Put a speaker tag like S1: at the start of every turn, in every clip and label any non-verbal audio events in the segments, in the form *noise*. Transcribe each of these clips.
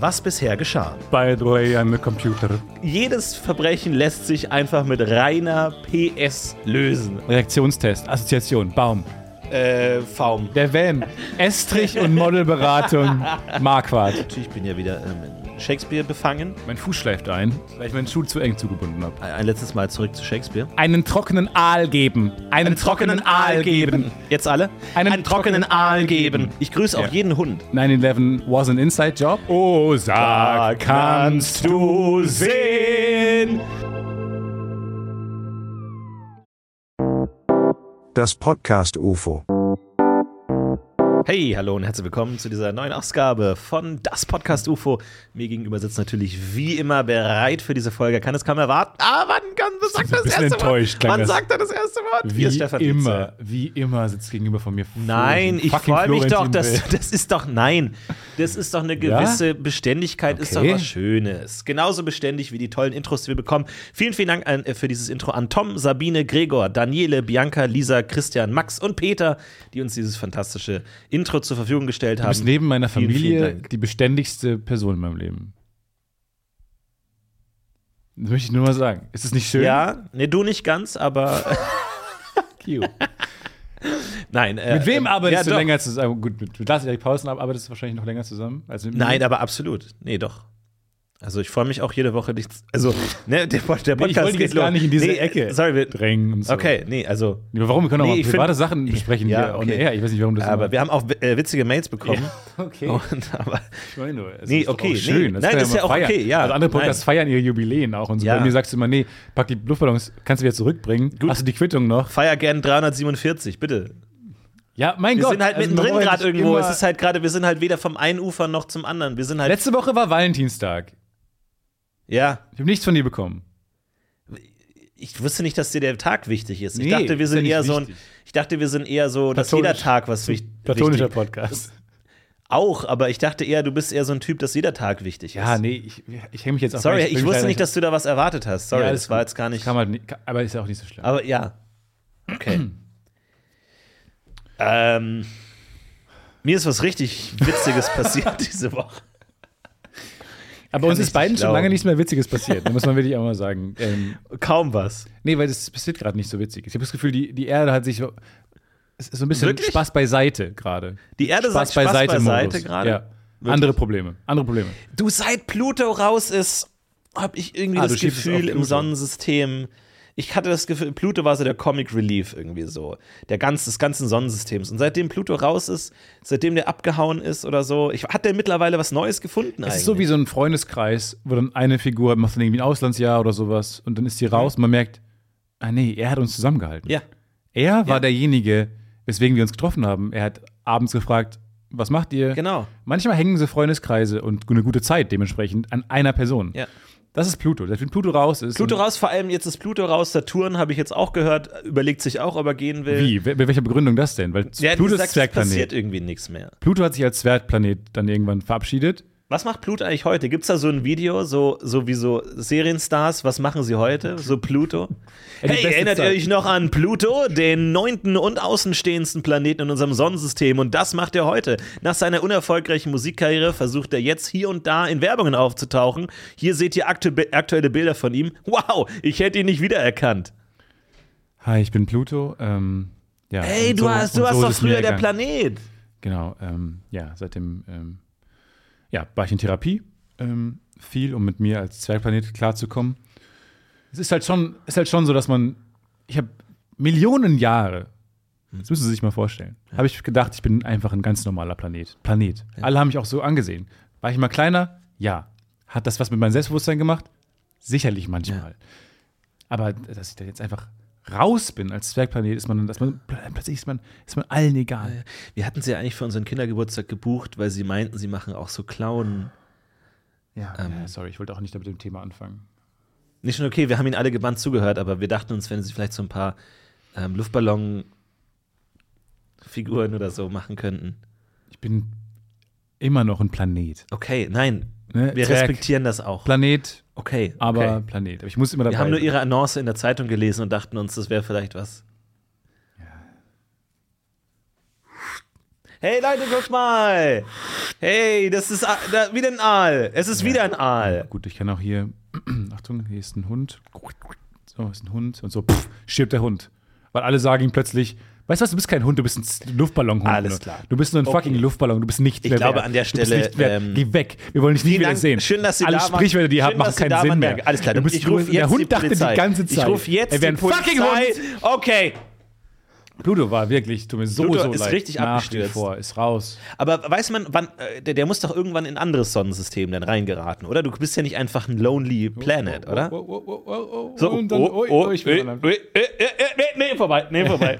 S1: was bisher geschah.
S2: By the way, I'm a computer.
S1: Jedes Verbrechen lässt sich einfach mit reiner PS lösen.
S2: Reaktionstest, Assoziation, Baum,
S1: Äh, Faum.
S2: der Wem, Estrich und Modelberatung, Marquardt.
S1: Natürlich bin ja wieder ähm, in Shakespeare befangen.
S2: Mein Fuß schläft ein, weil ich meinen Schuh zu eng zugebunden habe.
S1: Ein ein letztes Mal zurück zu Shakespeare.
S2: Einen trockenen Aal geben. Einen, trockenen, Aal geben.
S1: Jetzt alle?
S2: Einen trockenen
S1: Aal geben. Ich grüße auch
S2: Ja.
S1: jeden Hund.
S2: 9-11 was an inside job. Oh, sag, kannst du sehen?
S3: Das Podcast UFO.
S1: Hey, hallo und herzlich willkommen zu dieser neuen Ausgabe von Das Podcast UFO. Mir gegenüber sitzt natürlich wie immer bereit für diese Folge. Kann es kaum erwarten. Ah, wann kann, was sagt
S2: ein
S1: er das
S2: bisschen
S1: erste
S2: enttäuscht
S1: Wort?
S2: klang
S1: Wann
S2: das.
S1: sagt er das erste Wort? Hier
S2: Wie
S1: ist Stefan Tietze.
S2: immer, wie immer sitzt gegenüber von mir.
S1: Nein,
S2: Florian
S1: ich
S2: fucking
S1: freue mich doch.
S2: Florentin
S1: Das,
S2: Will.
S1: das ist doch, nein. Das ist doch eine
S2: Ja?
S1: gewisse Beständigkeit, ist doch
S2: Okay.
S1: was Schönes. Genauso beständig wie die tollen Intros, die wir bekommen. Vielen, vielen Dank an, äh, für dieses Intro an Tom, Sabine, Gregor, Daniele, Bianca, Lisa, Christian, Max und Peter, die uns dieses fantastische Intro zur Verfügung gestellt haben.
S2: Du bist neben meiner
S1: Vielen, vielen
S2: Familie
S1: Dank.
S2: die beständigste Person in meinem Leben. Das möchte ich nur mal sagen. Ist es nicht schön?
S1: ja, ne, du nicht ganz, aber *laughs* äh,
S2: Cute.
S1: nein. Äh,
S2: Mit wem
S1: ähm,
S2: arbeitest
S1: ja,
S2: du
S1: doch.
S2: länger zusammen? Ah, Gut, mit, mit Lars Erik Paulsen arbeitest du wahrscheinlich noch länger zusammen. als mit mir.
S1: Nein, aber absolut. Nee, doch. Also ich freue mich auch jede Woche. dich- Also, ne, der, der Podcast
S2: wollte
S1: geht
S2: jetzt
S1: los.
S2: gar nicht in diese
S1: Nee, äh,
S2: Ecke.
S1: Sorry, wir,
S2: Drängen und so.
S1: okay, nee, also
S2: Ja, Warum? Wir können auch
S1: Nee, ich
S2: mal private
S1: find-
S2: Sachen besprechen
S1: Ja,
S2: hier
S1: okay.
S2: on air. Ich weiß nicht, warum das
S1: Aber
S2: immer-
S1: wir haben auch äh, witzige Mails
S2: *laughs*
S1: bekommen.
S2: Okay.
S1: Und, *laughs* aber,
S2: Ich meine nur, es
S1: Nee,
S2: ist doch
S1: okay,
S2: auch schön.
S1: nee.
S2: Das
S1: Nein,
S2: kann
S1: das ist
S2: mal
S1: ja auch
S2: feiern.
S1: okay, ja.
S2: Also andere Podcasts feiern ihre Jubiläen auch und so.
S1: Ja.
S2: Bei mir sagst du immer, nee, pack die Luftballons, kannst du wieder zurückbringen. Hast du die Quittung noch?
S1: feier gern 347, bitte.
S2: Ja, mein
S1: Wir
S2: Gott.
S1: sind halt
S2: also
S1: mittendrin
S2: man
S1: gerade
S2: wollte
S1: irgendwo.
S2: immer-
S1: Es ist halt gerade, wir sind halt weder vom einen Ufer noch zum anderen. Wir sind halt.
S2: Letzte Woche war Valentinstag.
S1: ja.
S2: Ich habe nichts von dir bekommen.
S1: Ich wusste nicht, dass dir der Tag wichtig ist. Ich
S2: Nee,
S1: dachte, wir
S2: ist
S1: sind
S2: ja
S1: eher
S2: nicht
S1: so ein.
S2: wichtig.
S1: Ich dachte, wir sind eher so, dass
S2: Platonisch.
S1: jeder Tag was wich-
S2: Platonischer
S1: wichtig
S2: Podcast.
S1: Auch, aber ich dachte eher, du bist eher so ein Typ, dass jeder Tag wichtig
S2: Ja,
S1: ist.
S2: nee, ich, ich hänge mich jetzt auf
S1: Sorry,
S2: meine-
S1: ich wusste
S2: kleine-
S1: nicht, dass du da was erwartet hast. Sorry,
S2: Ja, alles
S1: das war
S2: gut.
S1: jetzt gar nicht.
S2: Kann man nicht, aber ist ja auch nicht so schlimm.
S1: Aber ja. Okay. ähm, mir ist was richtig *laughs* Witziges passiert diese Woche.
S2: Aber uns
S1: ich
S2: ist beiden
S1: nicht
S2: schon lange
S1: glauben.
S2: nichts mehr Witziges passiert. Da muss man wirklich auch mal *laughs* sagen. Ähm,
S1: Kaum was.
S2: Nee, weil das passiert gerade nicht so witzig. Ich habe das Gefühl, die, die Erde hat sich so, es ist so ein bisschen
S1: Wirklich?
S2: Spaß beiseite gerade.
S1: Die Erde sagt Spaß beiseite gerade?
S2: Ja. Andere Probleme. Andere Probleme.
S1: Du, seit Pluto raus ist, habe ich irgendwie
S2: Ah, du
S1: das
S2: schiebst es auf
S1: Gefühl im
S2: Pluto.
S1: Sonnensystem. Ich hatte das Gefühl, Pluto war so der Comic Relief irgendwie so, der ganz, des ganzen Sonnensystems. Und seitdem Pluto raus ist, seitdem der abgehauen ist oder so, ich, hat der mittlerweile was Neues gefunden
S2: Es
S1: eigentlich?
S2: ist so wie so ein Freundeskreis, wo dann eine Figur macht dann irgendwie ein Auslandsjahr oder sowas und dann ist sie raus und man merkt, ah nee, er hat uns zusammengehalten.
S1: ja.
S2: Er war derjenige, weswegen wir uns getroffen haben. Er hat abends gefragt, was macht ihr?
S1: Genau.
S2: Manchmal hängen so Freundeskreise und eine gute Zeit dementsprechend an einer Person.
S1: Ja.
S2: Das ist Pluto. Wenn Pluto raus ist.
S1: Pluto
S2: und-
S1: raus, vor allem jetzt ist Pluto raus, Saturn habe ich jetzt auch gehört, überlegt sich auch, ob er gehen will.
S2: Wie? Wel- Mit welcher Begründung das denn? Weil
S1: Ja,
S2: Pluto
S1: du
S2: ist
S1: sagst, es passiert
S2: Zwergplanet.
S1: irgendwie nichts mehr.
S2: Pluto hat sich als Zwergplanet dann irgendwann verabschiedet.
S1: Was macht Pluto eigentlich heute? Gibt es da so ein Video, so, so wie so Serienstars, was machen sie heute? So Pluto? Hey,
S2: Ja, die beste
S1: erinnert ihr
S2: Zeit.
S1: euch noch an Pluto, den neunten und außenstehendsten Planeten in unserem Sonnensystem? Und das macht er heute. Nach seiner unerfolgreichen Musikkarriere versucht er jetzt hier und da in Werbungen aufzutauchen. Hier seht ihr aktu aktuelle Bilder von ihm. Wow, ich hätte ihn nicht wiedererkannt.
S2: Hi, ich bin Pluto. Ähm, ja,
S1: Hey,
S2: und
S1: du
S2: so-
S1: hast,
S2: und
S1: du hast
S2: so
S1: doch
S2: ist es mir
S1: früher der
S2: gegangen.
S1: Planet.
S2: Genau, ähm, ja, seitdem ähm, ja, war ich in Therapie ähm, viel, um mit mir als Zwergplanet klarzukommen. Es ist halt schon, ist halt schon so, dass man, ich habe Millionen Jahre, das müssen Sie sich mal vorstellen, habe ich gedacht, ich bin einfach ein ganz normaler Planet. Planet. Alle haben mich auch so angesehen. War ich mal kleiner? Ja. Hat das was mit meinem Selbstbewusstsein gemacht? Sicherlich manchmal. Aber dass ich da jetzt einfach raus bin als Zwergplanet, ist man, dass man plötzlich ist man, ist man allen egal.
S1: Wir hatten sie eigentlich für unseren Kindergeburtstag gebucht, weil sie meinten, sie machen auch so Clown.
S2: Ja, ja, sorry, ich wollte auch nicht mit dem Thema anfangen.
S1: Nicht schon okay, wir haben ihnen alle gebannt zugehört, aber wir dachten uns, wenn sie vielleicht so ein paar ähm, Luftballon-Figuren oder so machen könnten.
S2: Ich bin immer noch ein Planet.
S1: Okay, nein,
S2: Ne?
S1: wir
S2: Zwerg,
S1: respektieren das auch.
S2: Planet,
S1: Okay,
S2: aber
S1: okay.
S2: Planet. Aber ich muss immer dabei
S1: Wir haben nur
S2: sein.
S1: ihre Annonce in der Zeitung gelesen und dachten uns, das wäre vielleicht was. Hey Leute, guck mal. Hey, das ist a- da, wieder ein Aal. Es ist wieder ein Aal.
S2: Gut, ich kann auch hier. *clears throat* Achtung, hier ist ein Hund. So, ist ein Hund. Und so pff, stirbt der Hund. Weil alle sagen ihm plötzlich: Weißt du was, du bist kein Hund, du bist ein S- Luftballonhund.
S1: Alles
S2: ne?
S1: klar.
S2: Du bist nur ein
S1: Okay.
S2: fucking Luftballon, du bist nicht
S1: Ich
S2: mehr
S1: glaube,
S2: wert.
S1: an der
S2: Du bist
S1: Stelle,
S2: nicht wert.
S1: ähm,
S2: Geh weg. Wir wollen dich nie
S1: Vielen
S2: wieder
S1: Dank.
S2: sehen.
S1: Schön, dass Sie
S2: Alle
S1: da waren.
S2: Sprichwörter, die ihr habt,
S1: Schön,
S2: machen
S1: dass Sie
S2: keinen
S1: da
S2: Sinn
S1: waren,
S2: mehr.
S1: Berg. Alles klar,
S2: du bist
S1: ich rufe
S2: der
S1: jetzt
S2: Hund
S1: die
S2: dachte
S1: Polizei.
S2: die ganze Zeit.
S1: Ich rufe jetzt
S2: er wäre ein
S1: die Polizei.
S2: fucking Hund.
S1: Okay,
S2: Pluto war wirklich, tut mir so,
S1: Pluto
S2: so
S1: ist
S2: leid.
S1: richtig
S2: Nach wie
S1: abgestürzt.
S2: vor, ist raus.
S1: aber weiß man, wann äh, der, der muss doch irgendwann in ein anderes Sonnensystem dann reingeraten, oder? Du bist ja nicht einfach ein Lonely Planet, oder?
S2: Oh, oh, oh, oh, oh.
S1: So,
S2: und dann,
S1: oh,
S2: ui,
S1: oh,
S2: ui, ich
S1: äh,
S2: bin
S1: äh,
S2: dran.
S1: äh, äh, äh, nee, vorbei,
S2: *laughs*
S1: nee, vorbei.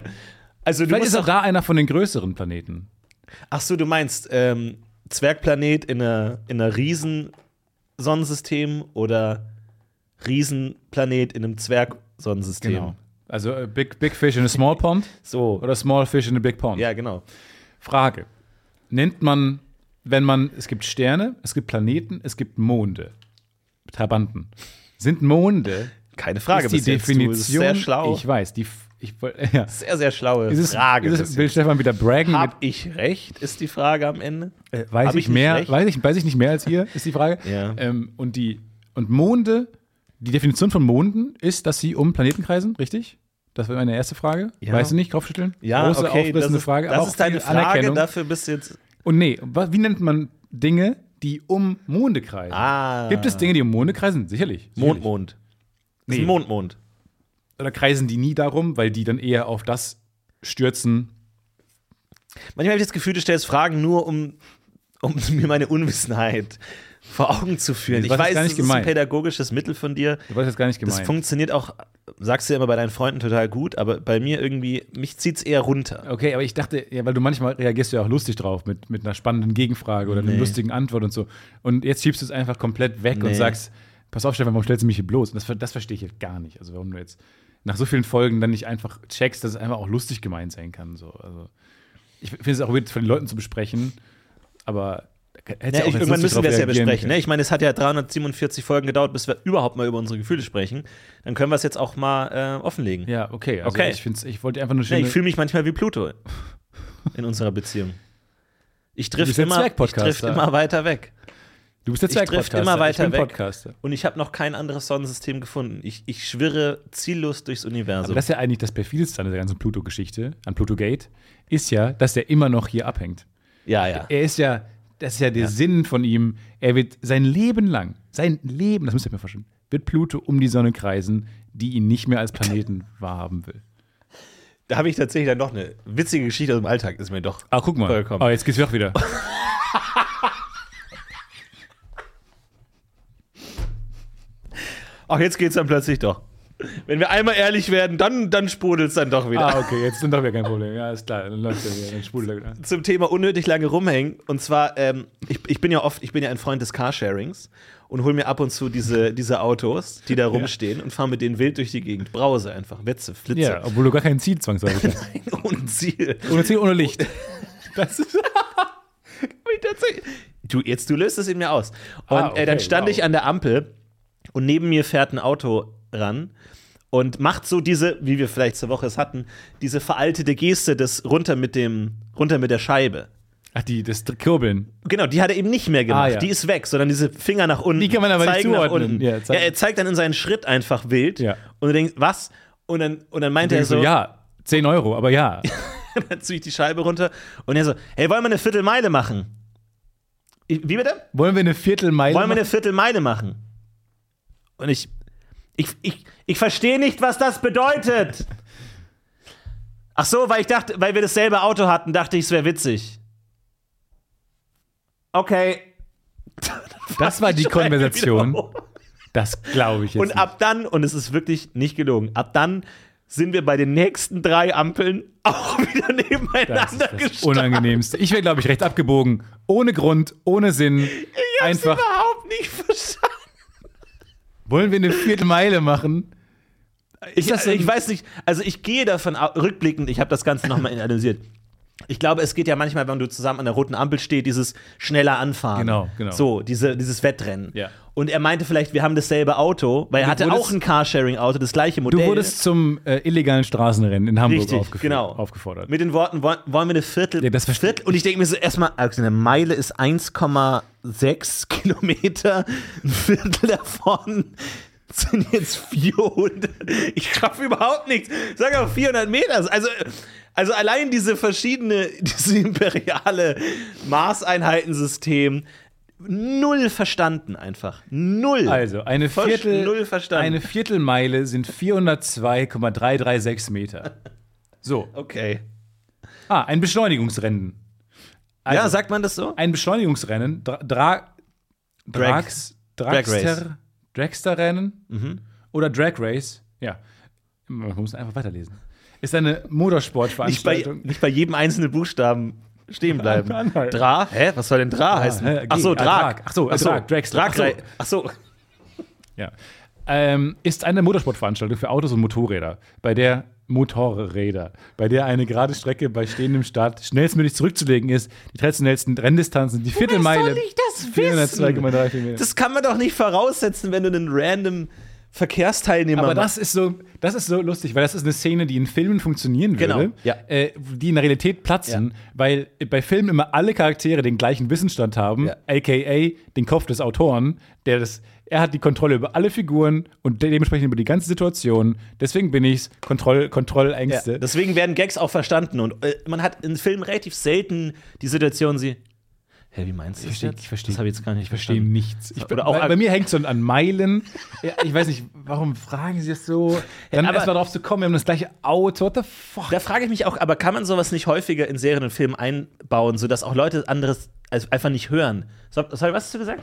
S1: Also du
S2: Vielleicht ist
S1: musst
S2: auch
S1: doch,
S2: da einer von den größeren Planeten.
S1: ach so, du meinst ähm, Zwergplanet in einer in einer riesen Sonnensystem oder Riesenplanet in einem Zwergsonnensystem.
S2: Genau. Also äh, big, big Fish in a Small Pond
S1: So,
S2: oder Small Fish in a Big Pond.
S1: ja, genau.
S2: Frage. Nennt man, wenn man, es gibt Sterne, es gibt Planeten, es gibt Monde. Trabanten. Sind Monde
S1: Keine Frage
S2: ist die
S1: bis jetzt. Du bist
S2: Definition?
S1: sehr schlau.
S2: Ich weiß, die f- ich, woll- *laughs* ja.
S1: sehr, sehr schlaue
S2: Ist es,
S1: Frage.
S2: ist
S1: bis
S2: es, will Stefan wieder braggen?
S1: jetzt.
S2: Mit,
S1: Hab ich recht, ist die Frage am Ende?
S2: äh, weiß
S1: hab
S2: ich
S1: ich nicht
S2: mehr,
S1: recht?
S2: weiß ich, weiß ich nicht mehr als ihr, ist die Frage.
S1: *laughs* Ja.
S2: Ähm, und die und Monde, die Definition von Monden ist, dass sie um Planeten kreisen, richtig? Das war meine erste Frage.
S1: Ja.
S2: Weißt du nicht, Kopfschütteln?
S1: Ja,
S2: Große,
S1: okay, das
S2: aufrissende
S1: ist,
S2: Frage. aber
S1: das
S2: auch
S1: ist deine
S2: viel
S1: Frage,
S2: Anerkennung.
S1: dafür bist du jetzt
S2: Und nee, wa- wie nennt man Dinge, die um Monde kreisen?
S1: Ah.
S2: Gibt es Dinge, die um Monde kreisen? Sicherlich. sicherlich.
S1: Mondmond.
S2: Nee.
S1: Ist ein Mondmond.
S2: Oder kreisen die nie darum, weil die dann eher auf das stürzen?
S1: Manchmal habe ich das Gefühl, du stellst Fragen nur, um, um *laughs* mir meine Unwissenheit vor Augen zu führen.
S2: Nee,
S1: Ich
S2: das ist
S1: weiß,
S2: gar
S1: das
S2: nicht
S1: ist ein
S2: gemeint.
S1: pädagogisches Mittel von dir.
S2: Du weißt jetzt gar nicht
S1: Das
S2: gemeint.
S1: funktioniert auch, sagst du ja immer bei deinen Freunden total gut, aber bei mir irgendwie, mich zieht es eher runter.
S2: Okay, aber ich dachte, ja, weil du manchmal reagierst du ja auch lustig drauf mit, mit einer spannenden Gegenfrage oder einer lustigen Antwort und so. Und jetzt schiebst du es einfach komplett weg und
S1: Nee.
S2: sagst, pass auf, Stefan, warum stellst du mich hier bloß? Und das, ver- das verstehe ich jetzt gar nicht. Also warum du jetzt nach so vielen Folgen dann nicht einfach checkst, dass es einfach auch lustig gemeint sein kann. So. Also, ich finde es auch weird, von den Leuten zu besprechen, aber hätte
S1: Ja, Ne, ich, irgendwann müssen wir es ja besprechen. Ne?
S2: Ne?
S1: Ich meine, es hat ja 347 Folgen gedauert, bis wir überhaupt mal über unsere Gefühle sprechen. Dann können wir es jetzt auch mal äh, offenlegen.
S2: Ja, okay. Also
S1: Okay.
S2: Ich, find's- ich wollte einfach nur
S1: Ja,
S2: schön.
S1: ich fühle mich manchmal wie
S2: *laughs*
S1: Pluto in unserer Beziehung. Ich
S2: bist
S1: drift
S2: der
S1: immer, ich
S2: Zwergpodcaster.
S1: drift immer weiter weg.
S2: du bist der
S1: ich drift
S2: Zwergpodcaster.
S1: immer weiter
S2: ich bin
S1: weg.
S2: Podcaster.
S1: Und ich habe noch kein anderes Sonnensystem gefunden. Ich, ich schwirre ziellos durchs
S2: Aber
S1: Universum.
S2: das ist ja eigentlich das perfideste an der ganzen Pluto-Geschichte, an Pluto Gate, ist ja, dass der immer noch hier abhängt.
S1: ja, ja.
S2: Er ist ja, das ist Ah. ja der Sinn von ihm. Er wird sein Leben lang, sein Leben, das müsst ihr mir vorstellen, wird Pluto um die Sonne kreisen, die ihn nicht mehr als *laughs* Planeten wahrhaben will.
S1: Da habe ich tatsächlich dann noch eine witzige Geschichte aus dem Alltag. Ist mir doch.
S2: Ah, guck mal.
S1: Vollkommen.
S2: Oh, jetzt geht's doch wieder.
S1: Ach, jetzt geht's dann plötzlich doch. Wenn wir einmal ehrlich werden, dann, dann sprudelt es dann doch wieder.
S2: *laughs* ah, okay, jetzt sind doch wieder kein Problem. Ja, ist klar, dann läuft er wieder, dann spult er wieder.
S1: zum Thema unnötig lange rumhängen. Und zwar, ähm, ich, ich bin ja oft, ich bin ja ein Freund des Carsharings und hole mir ab und zu diese, diese Autos, die da rumstehen und fahre mit denen wild durch die Gegend. Brause einfach, Witze, Flitze. *laughs*
S2: Ja, obwohl du gar kein Ziel zwangsläufig hast.
S1: Ohne Ziel.
S2: *laughs* Ohne Ziel, ohne Licht. Das ist
S1: Wie tatsächlich- Du, jetzt, du löst es in mir aus. Und
S2: Ah,
S1: äh, dann
S2: okay,
S1: stand
S2: wow.
S1: ich an der Ampel und neben mir fährt ein Auto ran und macht so diese, wie wir vielleicht zur Woche es hatten, diese veraltete Geste des runter mit dem, runter mit der Scheibe.
S2: Ach, die, das Kurbeln.
S1: Genau, die hat er eben nicht mehr gemacht.
S2: Ah, ja.
S1: Die ist weg, sondern diese Finger nach unten.
S2: Die kann man aber nicht
S1: zeigen nach
S2: zuordnen.
S1: unten.
S2: Ja,
S1: Ja,
S2: zeig-
S1: er zeigt dann in seinen Schritt einfach wild.
S2: Ja.
S1: Und du denkst, was? Und dann, und dann meint er
S2: Ich
S1: so,
S2: so, ja, 10 Euro, aber ja.
S1: *laughs* dann ziehe ich die Scheibe runter. Und er so, hey, wollen wir eine Viertelmeile machen? Ich, wie bitte?
S2: *laughs* Wollen wir eine Viertelmeile?
S1: Wollen wir
S2: machen?
S1: eine Viertelmeile machen? Und ich, ich, ich, ich verstehe nicht, was das bedeutet. Ach so, weil ich dachte, weil wir dasselbe Auto hatten, dachte ich, es wäre witzig. Okay.
S2: das war die
S1: Scheibe wieder
S2: Konversation.
S1: hoch.
S2: Das glaube ich jetzt.
S1: Und
S2: nicht.
S1: ab dann, und es ist wirklich nicht gelogen, ab dann sind wir bei den nächsten drei Ampeln *laughs* auch wieder
S2: das ist
S1: nebeneinander
S2: das
S1: gestanden.
S2: Unangenehmste. Ich wäre, glaube ich, rechts abgebogen. Ohne Grund, ohne Sinn.
S1: Ich hab's
S2: Einfach,
S1: überhaupt nicht verstanden.
S2: wollen wir eine Viertelmeile machen?
S1: Ich, äh,
S2: das so ein-
S1: ich weiß nicht, also ich gehe davon au- rückblickend, ich habe das Ganze nochmal analysiert. Ich glaube, es geht ja manchmal, wenn du zusammen an der roten Ampel steht, dieses schneller anfahren.
S2: Genau, genau.
S1: So, diese, dieses Wettrennen.
S2: Ja.
S1: Und er meinte vielleicht, wir haben dasselbe Auto, weil er
S2: Du
S1: hatte
S2: wurdest-
S1: auch ein Carsharing-Auto, das gleiche
S2: Du
S1: Modell.
S2: wurdest zum äh, illegalen Straßenrennen in Hamburg
S1: Richtig,
S2: aufgef
S1: genau.
S2: aufgefordert.
S1: mit den Worten, wollen, wollen wir eine Viertel?
S2: Ja, das verstehe
S1: Viertel? Und ich denke mir so erstmal, also eine Meile ist 1,6 *laughs* Kilometer, ein Viertel davon sind jetzt 400. Ich raff überhaupt nichts. Sag aber 400 Meter. Also, also allein diese verschiedene, *laughs* diese imperiale Maßeinheitensystem, null verstanden einfach. Null.
S2: Also, eine,
S1: Voll null
S2: Viertel,
S1: verstanden.
S2: eine Viertelmeile sind 402,336 Meter. So.
S1: okay.
S2: Ah, ein Beschleunigungsrennen.
S1: ja,
S2: Also-
S1: sagt man das so?
S2: ein Beschleunigungsrennen, Dra Dra
S1: Drag-
S2: Drags,
S1: Drag Race. Mhm.
S2: Dragster, Dragsterrennen oder Drag Race. Ja, man muss einfach weiterlesen. Ist eine
S1: nicht bei,
S2: Motorsportveranstaltung.
S1: nicht bei jedem einzelnen Buchstaben stehen
S2: *laughs*
S1: bleiben.
S2: Anhalten.
S1: Dra? Hä? Was soll denn Dra
S2: hä?
S1: heißen? Ach so,
S2: Gegen-
S1: Drag.
S2: Drag. Ach so, äh, Drag, Dragster.
S1: Drag.
S2: Ach so.
S1: Ach so.
S2: Ja. Ähm, ist eine Motorsportveranstaltung für Autos und Motorräder, bei der Motorräder, bei der eine gerade Strecke bei stehendem Start schnellstmöglich zurückzulegen ist. Die traditionellsten Renndistanzen, die Viertelmeile.
S1: soll ich das wissen?
S2: 402,3 Meter.
S1: Das kann man doch nicht voraussetzen, wenn du einen random Verkehrsteilnehmer
S2: Aber das ist so, das ist so lustig, weil das ist eine Szene, die in Filmen funktionieren würde,
S1: Genau, ja.
S2: äh, die in der Realität platzen,
S1: Ja.
S2: weil bei Filmen immer alle Charaktere den gleichen Wissensstand haben,
S1: Ja.
S2: aka den Kopf des Autoren, der das, er hat die Kontrolle über alle Figuren und de dementsprechend über die ganze Situation. Deswegen bin ich's, Kontroll,
S1: Ja,
S2: Kontrollängste.
S1: deswegen werden Gags auch verstanden. Und äh, man hat in Filmen relativ selten die Situation, sie. Hä, wie meinst du das?
S2: versteh-
S1: jetzt?
S2: ich versteh-
S1: Das habe ich jetzt gar nicht
S2: verstehe
S1: verstanden.
S2: nichts. Ich,
S1: Oder auch-
S2: bei, bei mir hängt so an Meilen. ja, ich weiß nicht, warum fragen Sie das so? Dann
S1: Aber-
S2: erst mal drauf zu kommen, wir haben das gleiche Auto. What the fuck?
S1: Da frage ich mich auch, aber kann man sowas nicht häufiger in Serien und Filmen einbauen, sodass auch Leute anderes also einfach nicht hören? So, sorry, was hast du
S2: *laughs*
S1: gesagt?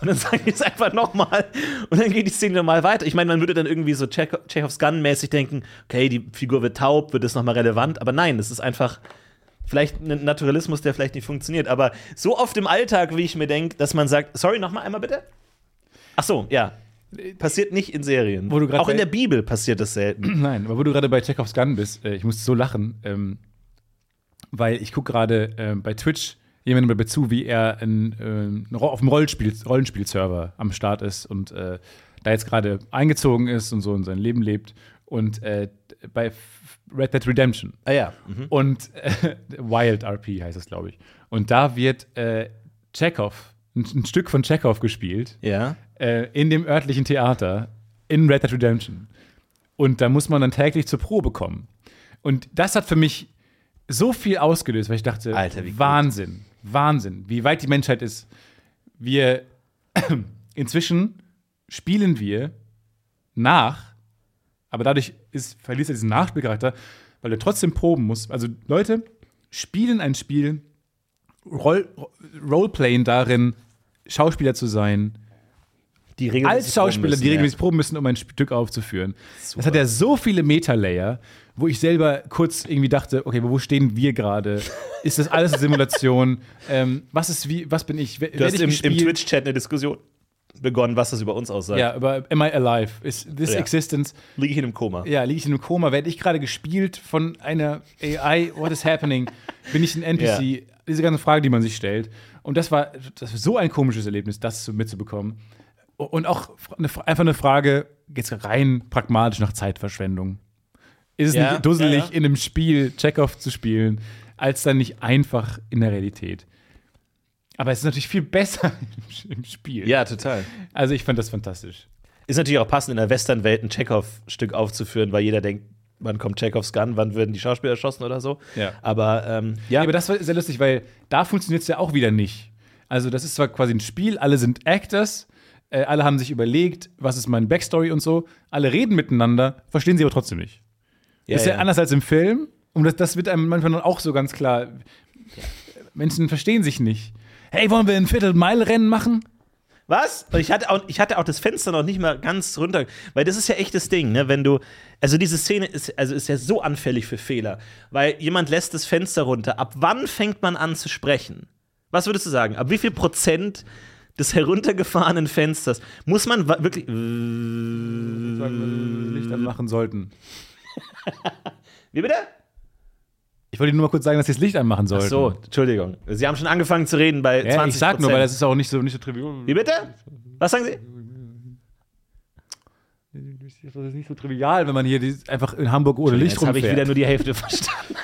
S1: Und dann sage ich es einfach nochmal und dann geht die Szene nochmal weiter. Ich meine, man würde dann irgendwie so Tsche- Chekhovs Gun-mäßig denken, okay, die Figur wird taub, wird es nochmal relevant, aber nein, das ist einfach vielleicht ein Naturalismus, der vielleicht nicht funktioniert. Aber so oft im Alltag, wie ich mir denke, dass man sagt, sorry, nochmal einmal bitte? Ach so, ja. Passiert nicht in Serien.
S2: Äh, Wo du grad
S1: auch in
S2: bei-
S1: der Bibel passiert das
S2: *clears throat*
S1: selten.
S2: Nein, aber wo du gerade bei Chekhovs Gun bist, äh, ich muss so lachen, ähm, weil ich gucke gerade ähm, bei Twitch jemandem dabei zu, wie er in, ähm, Ro- auf dem Rollenspiel, Rollenspielserver am Start ist und äh, da jetzt gerade eingezogen ist und so in sein Leben lebt und äh, bei F- Red Dead Redemption
S1: Ah ja.
S2: und äh, *laughs* Wild RP heißt es, glaube ich. Und da wird äh, Chekhov, ein, ein Stück von Chekhov gespielt
S1: Ja.
S2: äh, in dem örtlichen Theater in Red Dead Redemption. Und da muss man dann täglich zur Probe kommen. Und das hat für mich so viel ausgelöst, weil ich dachte,
S1: Alter, wie gut.
S2: Wahnsinn, Wahnsinn, wie weit die Menschheit ist. Wir *clears throat* inzwischen spielen wir nach, aber dadurch ist, verliert er diesen Nachspielcharakter, weil er trotzdem proben muss. Also Leute spielen ein Spiel, Roll, Roleplayen darin, Schauspieler zu sein,
S1: Die
S2: als
S1: regelmäßig proben
S2: Schauspieler, die
S1: müssen, ja.
S2: regelmäßig proben müssen, um ein Stück aufzuführen. Das hat ja so viele Meta-Layer, wo ich selber kurz irgendwie dachte, okay, wo stehen wir gerade? Ist das alles eine Simulation? ähm, was ist wie, was bin ich? Wer,
S1: Du
S2: werd
S1: hast
S2: ich
S1: im, im
S2: gespielt?
S1: Twitch-Chat eine Diskussion begonnen, was das über uns aussagt.
S2: Ja, über Am I Alive? Is this
S1: Ja.
S2: existence?
S1: Liege ich in einem Koma.
S2: Ja, liege ich in einem Koma? Werde ich gerade gespielt von einer AI? What is happening? Bin ich ein NPC? Diese ganzen Fragen, die man sich stellt. Und das war, das war so ein komisches Erlebnis, das so mitzubekommen. Und auch eine, einfach eine Frage, geht's rein pragmatisch nach Zeitverschwendung? Ist es
S1: Ja,
S2: nicht dusselig,
S1: ja, ja.
S2: in einem Spiel Checkoff zu spielen, als dann nicht einfach in der Realität? Aber es ist natürlich viel besser *laughs* im, im Spiel.
S1: Ja, total.
S2: Also ich fand das fantastisch.
S1: Ist natürlich auch passend, in der Western-Welt ein Chekhov-Stück aufzuführen, weil jeder denkt, wann kommt Chekhovs Gun, wann werden die Schauspieler erschossen oder so.
S2: Ja.
S1: Aber ähm, ja,
S2: Ja, aber das war sehr lustig, weil da funktioniert es ja auch wieder nicht. Also, das ist zwar quasi ein Spiel, alle sind Actors, äh, alle haben sich überlegt, was ist meine Backstory und so, alle reden miteinander, verstehen sie aber trotzdem nicht.
S1: ja,
S2: ist ja,
S1: ja.
S2: anders als im Film und das, das wird einem manchmal dann auch so ganz klar. Menschen verstehen sich nicht. Hey, wollen wir ein Viertelmeilrennen machen?
S1: Was? Und ich hatte, auch, ich hatte auch das Fenster noch nicht mal ganz runter, weil das ist ja echt das Ding, ne? Wenn du, also diese Szene ist, also ist ja so anfällig für Fehler, weil jemand lässt das Fenster runter. Ab wann fängt man an zu sprechen? Was würdest du sagen? Ab wie viel Prozent des heruntergefahrenen Fensters muss man wa- wirklich?
S2: Sagen wir, Licht anmachen sollten.
S1: Wie bitte?
S2: Ich wollte nur mal kurz sagen, dass sie das Licht anmachen sollten.
S1: Ach so, Entschuldigung. Sie haben schon angefangen zu reden bei 20
S2: Ja, ich sag nur, weil das ist auch nicht so, nicht so trivial.
S1: Wie bitte? Was sagen Sie?
S2: Das ist nicht so trivial, wenn man hier die, einfach in Hamburg ohne Licht
S1: Jetzt habe ich wieder
S2: rumfährt.
S1: nur die Hälfte *laughs* verstanden.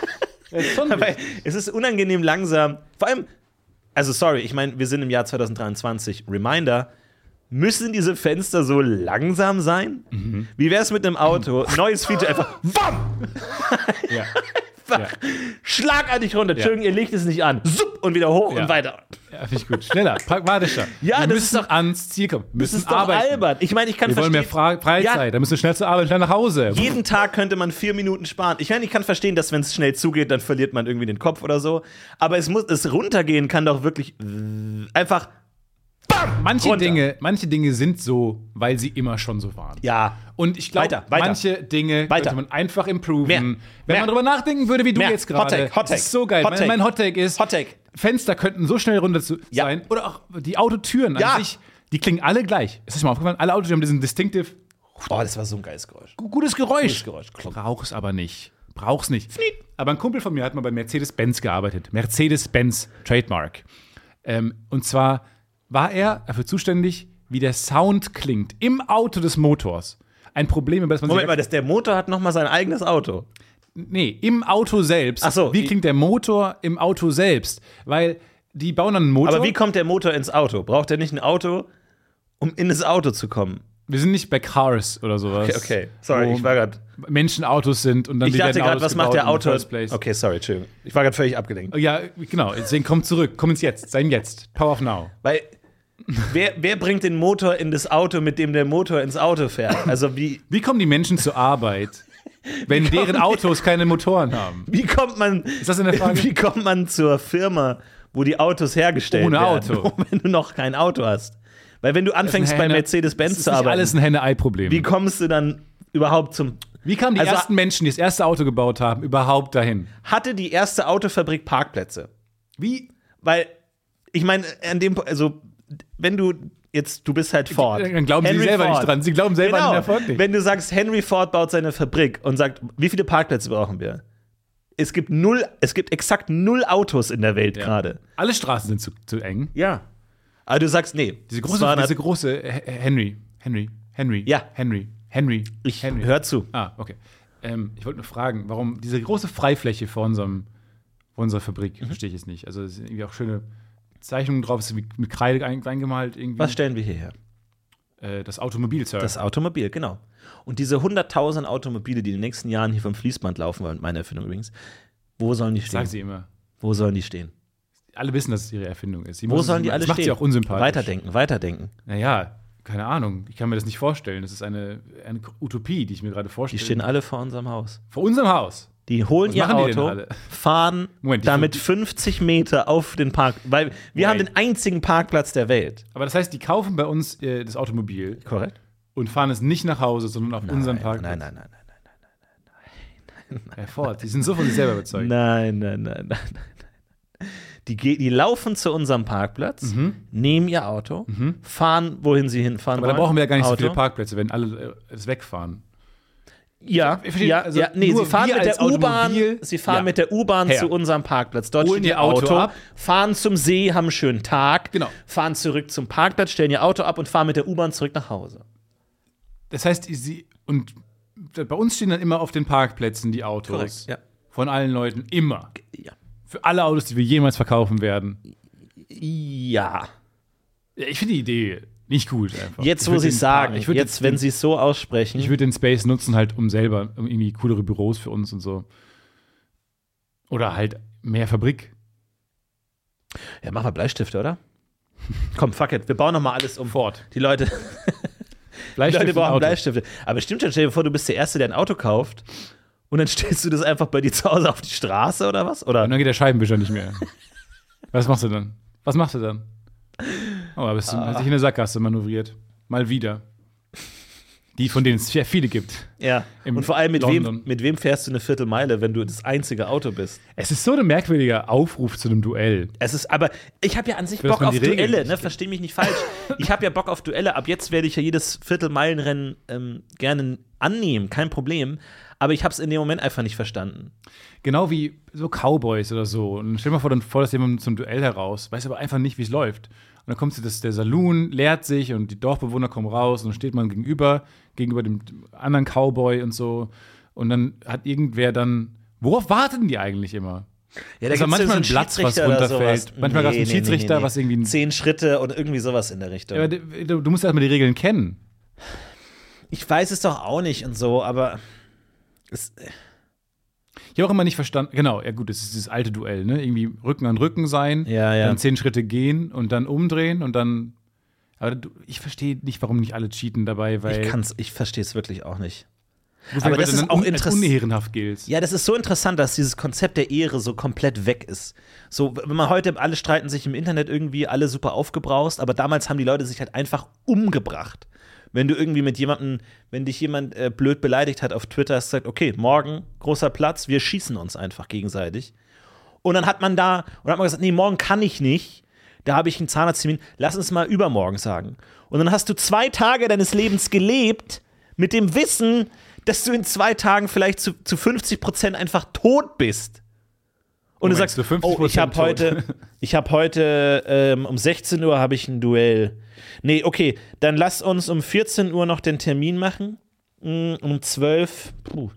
S2: Das *laughs* ist schon
S1: Weil
S2: wichtig.
S1: es ist unangenehm langsam. Vor allem, also sorry, ich meine, wir sind im Jahr 2023. Reminder, müssen diese Fenster so langsam sein?
S2: Mhm.
S1: Wie wäre es mit einem Auto? Neues Feature einfach
S2: *laughs* ja.
S1: schlagartig runter. Entschuldigung, ihr Licht ist nicht an. Sup, und wieder hoch
S2: Ja.
S1: und weiter.
S2: ja finde ich gut. Schneller, pragmatischer.
S1: *laughs* Ja,
S2: wir
S1: das
S2: müssen
S1: ist doch-
S2: ans Ziel kommen. Wir
S1: Das
S2: müssen
S1: ist doch
S2: arbeiten.
S1: albert. Ich meine, ich kann
S2: Wir wollen mehr
S1: verstehen.
S2: Fra Freizeit.
S1: Ja.
S2: Da müssen wir schnell zur Arbeit, schnell nach Hause.
S1: jeden Tag könnte man vier Minuten sparen. Ich meine, ich kann verstehen, dass wenn es schnell zugeht, dann verliert man irgendwie den Kopf oder so. Aber es muss, es runtergehen kann doch wirklich einfach.
S2: manche,
S1: runter.
S2: Dinge, manche Dinge sind so, weil sie immer schon so waren.
S1: Ja.
S2: Und ich glaube,
S1: Weiter, weiter.
S2: manche Dinge
S1: Weiter.
S2: könnte man einfach improven.
S1: Mehr,
S2: Wenn
S1: mehr.
S2: man drüber nachdenken würde, wie du
S1: Mehr.
S2: jetzt gerade.
S1: Hot Take, Hot
S2: Das ist
S1: Take,
S2: so geil.
S1: Hot
S2: mein,
S1: Take.
S2: mein Hot Take ist,
S1: Hot Take.
S2: Fenster könnten so schnell runter zu
S1: Ja.
S2: sein. Oder auch die Autotüren
S1: Ja.
S2: an sich, die klingen alle gleich. Ist das mal aufgefallen? Alle Autotüren haben diesen distinctive,
S1: Oh, das war so ein geiles Geräusch.
S2: gu- gutes Geräusch.
S1: Gutes Geräusch. Klonk.
S2: Brauch's aber nicht. Brauch's nicht. Aber ein Kumpel von mir hat mal bei Mercedes-Benz gearbeitet. Mercedes-Benz Trademark. Ähm, und zwar war er dafür zuständig, wie der Sound klingt im Auto des Motors. Ein Problem, über das man
S1: Moment
S2: sich
S1: mal, das, der Motor hat nochmal sein eigenes Auto.
S2: Nee, im Auto selbst.
S1: Ach so.
S2: Wie klingt der Motor im Auto selbst? Weil die bauen dann einen Motor.
S1: Aber wie kommt der Motor ins Auto? Braucht er nicht ein Auto, um in das Auto zu kommen?
S2: Wir sind nicht bei Cars oder sowas.
S1: Okay, okay. sorry,
S2: wo
S1: ich war gerade.
S2: Menschen Autos sind und dann
S1: Ich
S2: die
S1: dachte
S2: werden
S1: gerade,
S2: Autos
S1: was macht
S2: gebaut
S1: der
S2: in the
S1: Auto?
S2: first place.
S1: Okay, sorry, Entschuldigung. Ich war gerade völlig abgelenkt.
S2: Ja, genau. Deswegen komm zurück. Komm ins Jetzt. Sein Jetzt. Power of Now.
S1: Weil wer, wer bringt den Motor in das Auto, mit dem der Motor ins Auto fährt? Also wie,
S2: Wie kommen die Menschen
S1: *laughs*
S2: zur Arbeit, wenn deren Autos keine Motoren haben?
S1: wie kommt man
S2: Ist das in der
S1: *laughs*
S2: Frage?
S1: Wie kommt man zur Firma, wo die Autos hergestellt
S2: Ohne
S1: werden?
S2: Auto.
S1: *laughs* Wenn du noch kein Auto hast. Weil wenn du anfängst bei
S2: Henne-
S1: Mercedes-Benz
S2: Das ist
S1: zu
S2: nicht
S1: arbeiten,
S2: alles ein Henne-Ei-Problem.
S1: wie kommst du dann überhaupt zum
S2: Wie kamen die
S1: Also-
S2: ersten Menschen, die das erste Auto gebaut haben, überhaupt dahin?
S1: hatte die erste Autofabrik Parkplätze?
S2: Wie?
S1: Weil ich meine, an dem Po- also wenn du jetzt du bist halt Ford.
S2: Dann glauben sie selber nicht dran. Sie glauben selber
S1: Genau.
S2: an den Erfolg nicht.
S1: Wenn du sagst, Henry Ford baut seine Fabrik und sagt, wie viele Parkplätze brauchen wir? Es gibt null, es gibt exakt null Autos in der Welt gerade.
S2: Alle Straßen sind zu, zu eng.
S1: Ja. Aber du sagst, nee.
S2: Diese große,
S1: 200
S2: diese große äh, Henry, Henry, Henry,
S1: Ja.
S2: Henry, Henry.
S1: Ich
S2: Henry.
S1: hör zu.
S2: Ah, okay. Ähm, ich wollte nur fragen, warum diese große Freifläche vor unserem vor unserer Fabrik
S1: Mhm.
S2: verstehe ich jetzt nicht. Also es sind irgendwie auch schöne Zeichnungen drauf, es ist wie mit Kreide ein- eingemalt irgendwie.
S1: Was stellen wir hierher?
S2: Äh, das Automobil, Sir.
S1: Das Automobil, genau. Und diese 100.000 Automobile, die in den nächsten Jahren hier vom Fließband laufen, war meine Erfindung übrigens, wo sollen die stehen?
S2: sagen sie immer.
S1: Wo sollen die stehen?
S2: Alle wissen, dass es ihre Erfindung ist. Sie
S1: Wo
S2: müssen-
S1: sollen die
S2: das
S1: alle
S2: macht
S1: stehen?
S2: sie auch unsympathisch.
S1: Weiterdenken, weiterdenken.
S2: Naja, keine Ahnung. Ich kann mir das nicht vorstellen. Das ist eine, eine Utopie, die ich mir gerade
S1: Die
S2: vorstelle.
S1: stehen alle vor unserem Haus.
S2: vor unserem Haus.
S1: Die holen
S2: Äh. Was
S1: ihr
S2: machen die denn
S1: Auto,
S2: alle?
S1: fahren
S2: Moment, die-
S1: damit 50 Meter auf den Park, weil wir haben
S2: Moment.
S1: den einzigen Parkplatz der Welt.
S2: Aber das heißt, die kaufen bei uns äh, das Automobil
S1: Korrekt?
S2: und fahren es nicht nach Hause, sondern auf unseren Parkplatz.
S1: Nein, nein, nein, nein,
S2: Herr Ford, die sind so von sich selber überzeugt.
S1: nein, nein, nein, nein, nein, nein. Die, ge- die laufen zu unserem Parkplatz, nehmen ihr Auto, fahren, wohin sie hinfahren
S2: Mhm. Aber
S1: wollen.
S2: dann brauchen wir ja gar nicht so
S1: Auto.
S2: viele Parkplätze, wenn alle äh, es wegfahren.
S1: Ja,
S2: Ich verstehe,
S1: ja,
S2: also
S1: ja, nee, sie
S2: nur
S1: fahren
S2: wir
S1: mit der
S2: als Automobil-
S1: U-Bahn, sie fahren
S2: Ja.
S1: mit der U-Bahn
S2: Her.
S1: zu unserem Parkplatz. Dort
S2: Holen
S1: steht
S2: ihr Auto ab.
S1: fahren zum See, haben einen schönen Tag,
S2: Genau.
S1: fahren zurück zum Parkplatz, stellen ihr Auto ab und fahren mit der U-Bahn zurück nach Hause.
S2: Das heißt, sie und bei uns stehen dann immer auf den Parkplätzen die Autos.
S1: Korrekt, ja.
S2: Von allen Leuten immer.
S1: Ja.
S2: Für alle Autos, die wir jemals verkaufen werden.
S1: Ja.
S2: Ja, ich finde die Idee nicht gut einfach.
S1: Jetzt
S2: Ich
S1: muss
S2: würd
S1: ich
S2: den-
S1: sagen,
S2: ich würd
S1: jetzt,
S2: den-
S1: wenn sie es so aussprechen,
S2: Ich würde den Space nutzen, halt, um selber um irgendwie coolere Büros für uns und so. Oder halt mehr Fabrik.
S1: ja, mach mal Bleistifte, oder? Komm, fuck it, wir bauen noch mal alles um.
S2: Ford.
S1: Die Leute, die
S2: Bleistifte
S1: Leute
S2: und
S1: brauchen
S2: Autos.
S1: Bleistifte. Aber stimmt schon, stell dir vor, du bist der Erste, der ein Auto kauft und dann *laughs* stellst du das einfach bei dir zu Hause auf die Straße oder was? Oder
S2: Und dann geht der Scheibenwischer nicht *laughs* mehr. Was machst du dann? Was machst du dann? Oh, aber bist du hast dich in der Sackgasse manövriert. Mal wieder. Die, von denen es sehr viele gibt.
S1: Ja.
S2: Im
S1: Und vor allem, mit wem,
S2: London.
S1: mit wem fährst du eine Viertelmeile, wenn du das einzige Auto bist?
S2: Es ist so ein merkwürdiger Aufruf zu einem Duell.
S1: Es ist, aber ich habe ja an sich
S2: dass
S1: Bock
S2: man
S1: auf
S2: die Regeln
S1: Duelle,
S2: nicht
S1: ne? Versteh *laughs* mich nicht falsch. ich habe ja Bock auf Duelle. Ab jetzt werde ich ja jedes Viertelmeilenrennen ähm, gerne annehmen, kein Problem. Aber ich habe es in dem Moment einfach nicht verstanden.
S2: Genau wie so Cowboys oder so. Und stell dir mal vor, dann forderst du jemanden zum Duell heraus, weiß aber einfach nicht, wie es läuft. Und dann kommt das, der Saloon, leert sich und die Dorfbewohner kommen raus und dann steht man gegenüber, gegenüber dem anderen Cowboy und so. Und dann hat irgendwer dann. Worauf warten die eigentlich immer?
S1: Ja,
S2: Also
S1: gibt's ja
S2: manchmal ein Platz, was
S1: Schiedsrichter oder
S2: runterfällt.
S1: sowas.
S2: Manchmal gab's einen Schiedsrichter, was irgendwie ein-
S1: Zehn Schritte und irgendwie sowas in der Richtung.
S2: Ja, du, du musst erstmal die Regeln kennen.
S1: ich weiß es doch auch nicht und so, aber. Es,
S2: Ich habe auch immer nicht verstanden. Genau, ja gut, es ist dieses alte Duell, ne? Irgendwie Rücken an Rücken sein,
S1: Ja, ja.
S2: dann zehn Schritte gehen und dann umdrehen und dann. Aber du, ich verstehe nicht, warum nicht alle cheaten dabei, weil
S1: ich kann's, ich verstehe es wirklich auch nicht.
S2: Gut,
S1: aber
S2: weil
S1: das
S2: du
S1: ist
S2: dann
S1: auch
S2: un- als
S1: interess-
S2: unehrenhaft gilt.
S1: Ja, das ist so interessant, dass dieses Konzept der Ehre so komplett weg ist. So, wenn man heute, alle streiten sich im Internet irgendwie, alle super aufgebraust, aber damals haben die Leute sich halt einfach umgebracht. Wenn du irgendwie mit jemandem, wenn dich jemand äh, blöd beleidigt hat auf Twitter, hast du gesagt, okay, morgen großer Platz, wir schießen uns einfach gegenseitig. Und dann hat man da, und hat man gesagt, nee, morgen kann ich nicht. Da habe ich einen Zahnarzttermin. Lass uns mal übermorgen sagen. Und dann hast du zwei Tage deines Lebens gelebt mit dem Wissen, dass du in zwei Tagen vielleicht zu, zu 50 Prozent einfach tot bist. Und du
S2: Moment,
S1: sagst,
S2: zu 50%
S1: oh, ich habe
S2: tot.
S1: heute, ich habe heute ähm, um 16 Uhr habe ich ein Duell. Nee, okay, dann lass uns um 14 Uhr noch den Termin machen. Mm, Um 12, puh.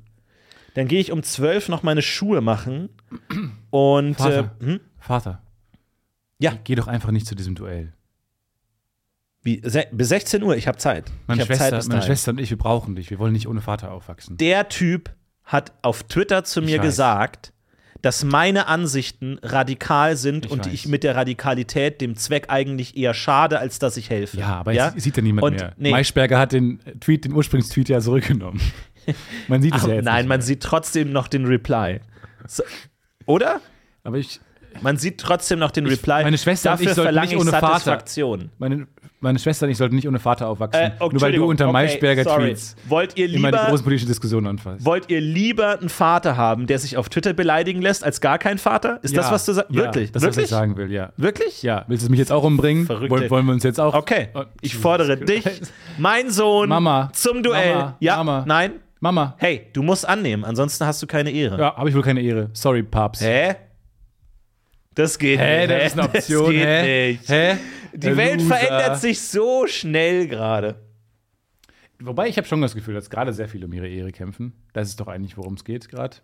S1: Dann gehe ich um 12 noch meine Schuhe machen. Und äh,
S2: Vater,
S1: hm?
S2: Vater.
S1: Ja.
S2: Geh doch einfach nicht zu diesem Duell.
S1: Wie, se- bis 16 Uhr, ich habe Zeit.
S2: Meine,
S1: ich habe Zeit
S2: Schwester,
S1: bis
S2: meine
S1: dahin.
S2: Schwester und ich, wir brauchen dich. Wir wollen nicht ohne Vater aufwachsen.
S1: Der Typ hat auf Twitter zu mir
S2: weiß.
S1: gesagt, dass meine Ansichten radikal sind
S2: Ich
S1: und
S2: weiß.
S1: ich mit der Radikalität dem Zweck eigentlich eher schade, als dass ich helfe.
S2: Ja, aber jetzt sieht ja niemand
S1: und,
S2: mehr.
S1: Nee, *laughs*
S2: Maischberger hat den Tweet, den Ursprungstweet ja zurückgenommen. Man sieht es
S1: ach,
S2: ja jetzt.
S1: nein,
S2: nicht.
S1: man sieht trotzdem noch den Reply. So, oder?
S2: Aber ich,
S1: Man sieht trotzdem noch den Reply.
S2: meine Schwester und
S1: Dafür
S2: ich sollten
S1: verlange
S2: nicht
S1: ich
S2: ohne Vater.
S1: Satisfaktion.
S2: meine, meine Schwester und ich sollten nicht ohne Vater aufwachsen.
S1: Äh, oh,
S2: nur weil du
S1: Entschuldigung,
S2: unter
S1: okay, sorry.
S2: Maischberger-Tweets
S1: Wollt ihr
S2: immer die
S1: lieber
S2: großen politischen Diskussionen anfasst.
S1: Wollt ihr lieber einen Vater haben, der sich auf Twitter beleidigen lässt, als gar keinen Vater? Ist das, was du sagst?
S2: Ja,
S1: Wirklich?
S2: Das, was
S1: Wirklich?
S2: ich sagen will, ja.
S1: Wirklich?
S2: Ja, willst du mich jetzt auch umbringen?
S1: Verrückte.
S2: Woll- Wollen wir uns jetzt auch.
S1: Okay.
S2: Oh,
S1: ich
S2: Jesus
S1: fordere dich,
S2: Christ.
S1: mein Sohn,
S2: Mama,
S1: zum Duell.
S2: Mama,
S1: ja,
S2: Mama.
S1: nein.
S2: Mama.
S1: Hey, du musst annehmen, ansonsten hast du keine Ehre.
S2: Ja, habe ich wohl keine Ehre. Sorry, Papst.
S1: Hä? Das geht
S2: Hä,
S1: nicht.
S2: das ist eine Option.
S1: *laughs* Das geht
S2: hä?
S1: nicht.
S2: Hä?
S1: Die
S2: Der
S1: Welt
S2: Loser.
S1: verändert sich so schnell gerade.
S2: Wobei ich habe schon das Gefühl, dass gerade sehr viele um ihre Ehre kämpfen. Das ist doch eigentlich, worum es geht gerade.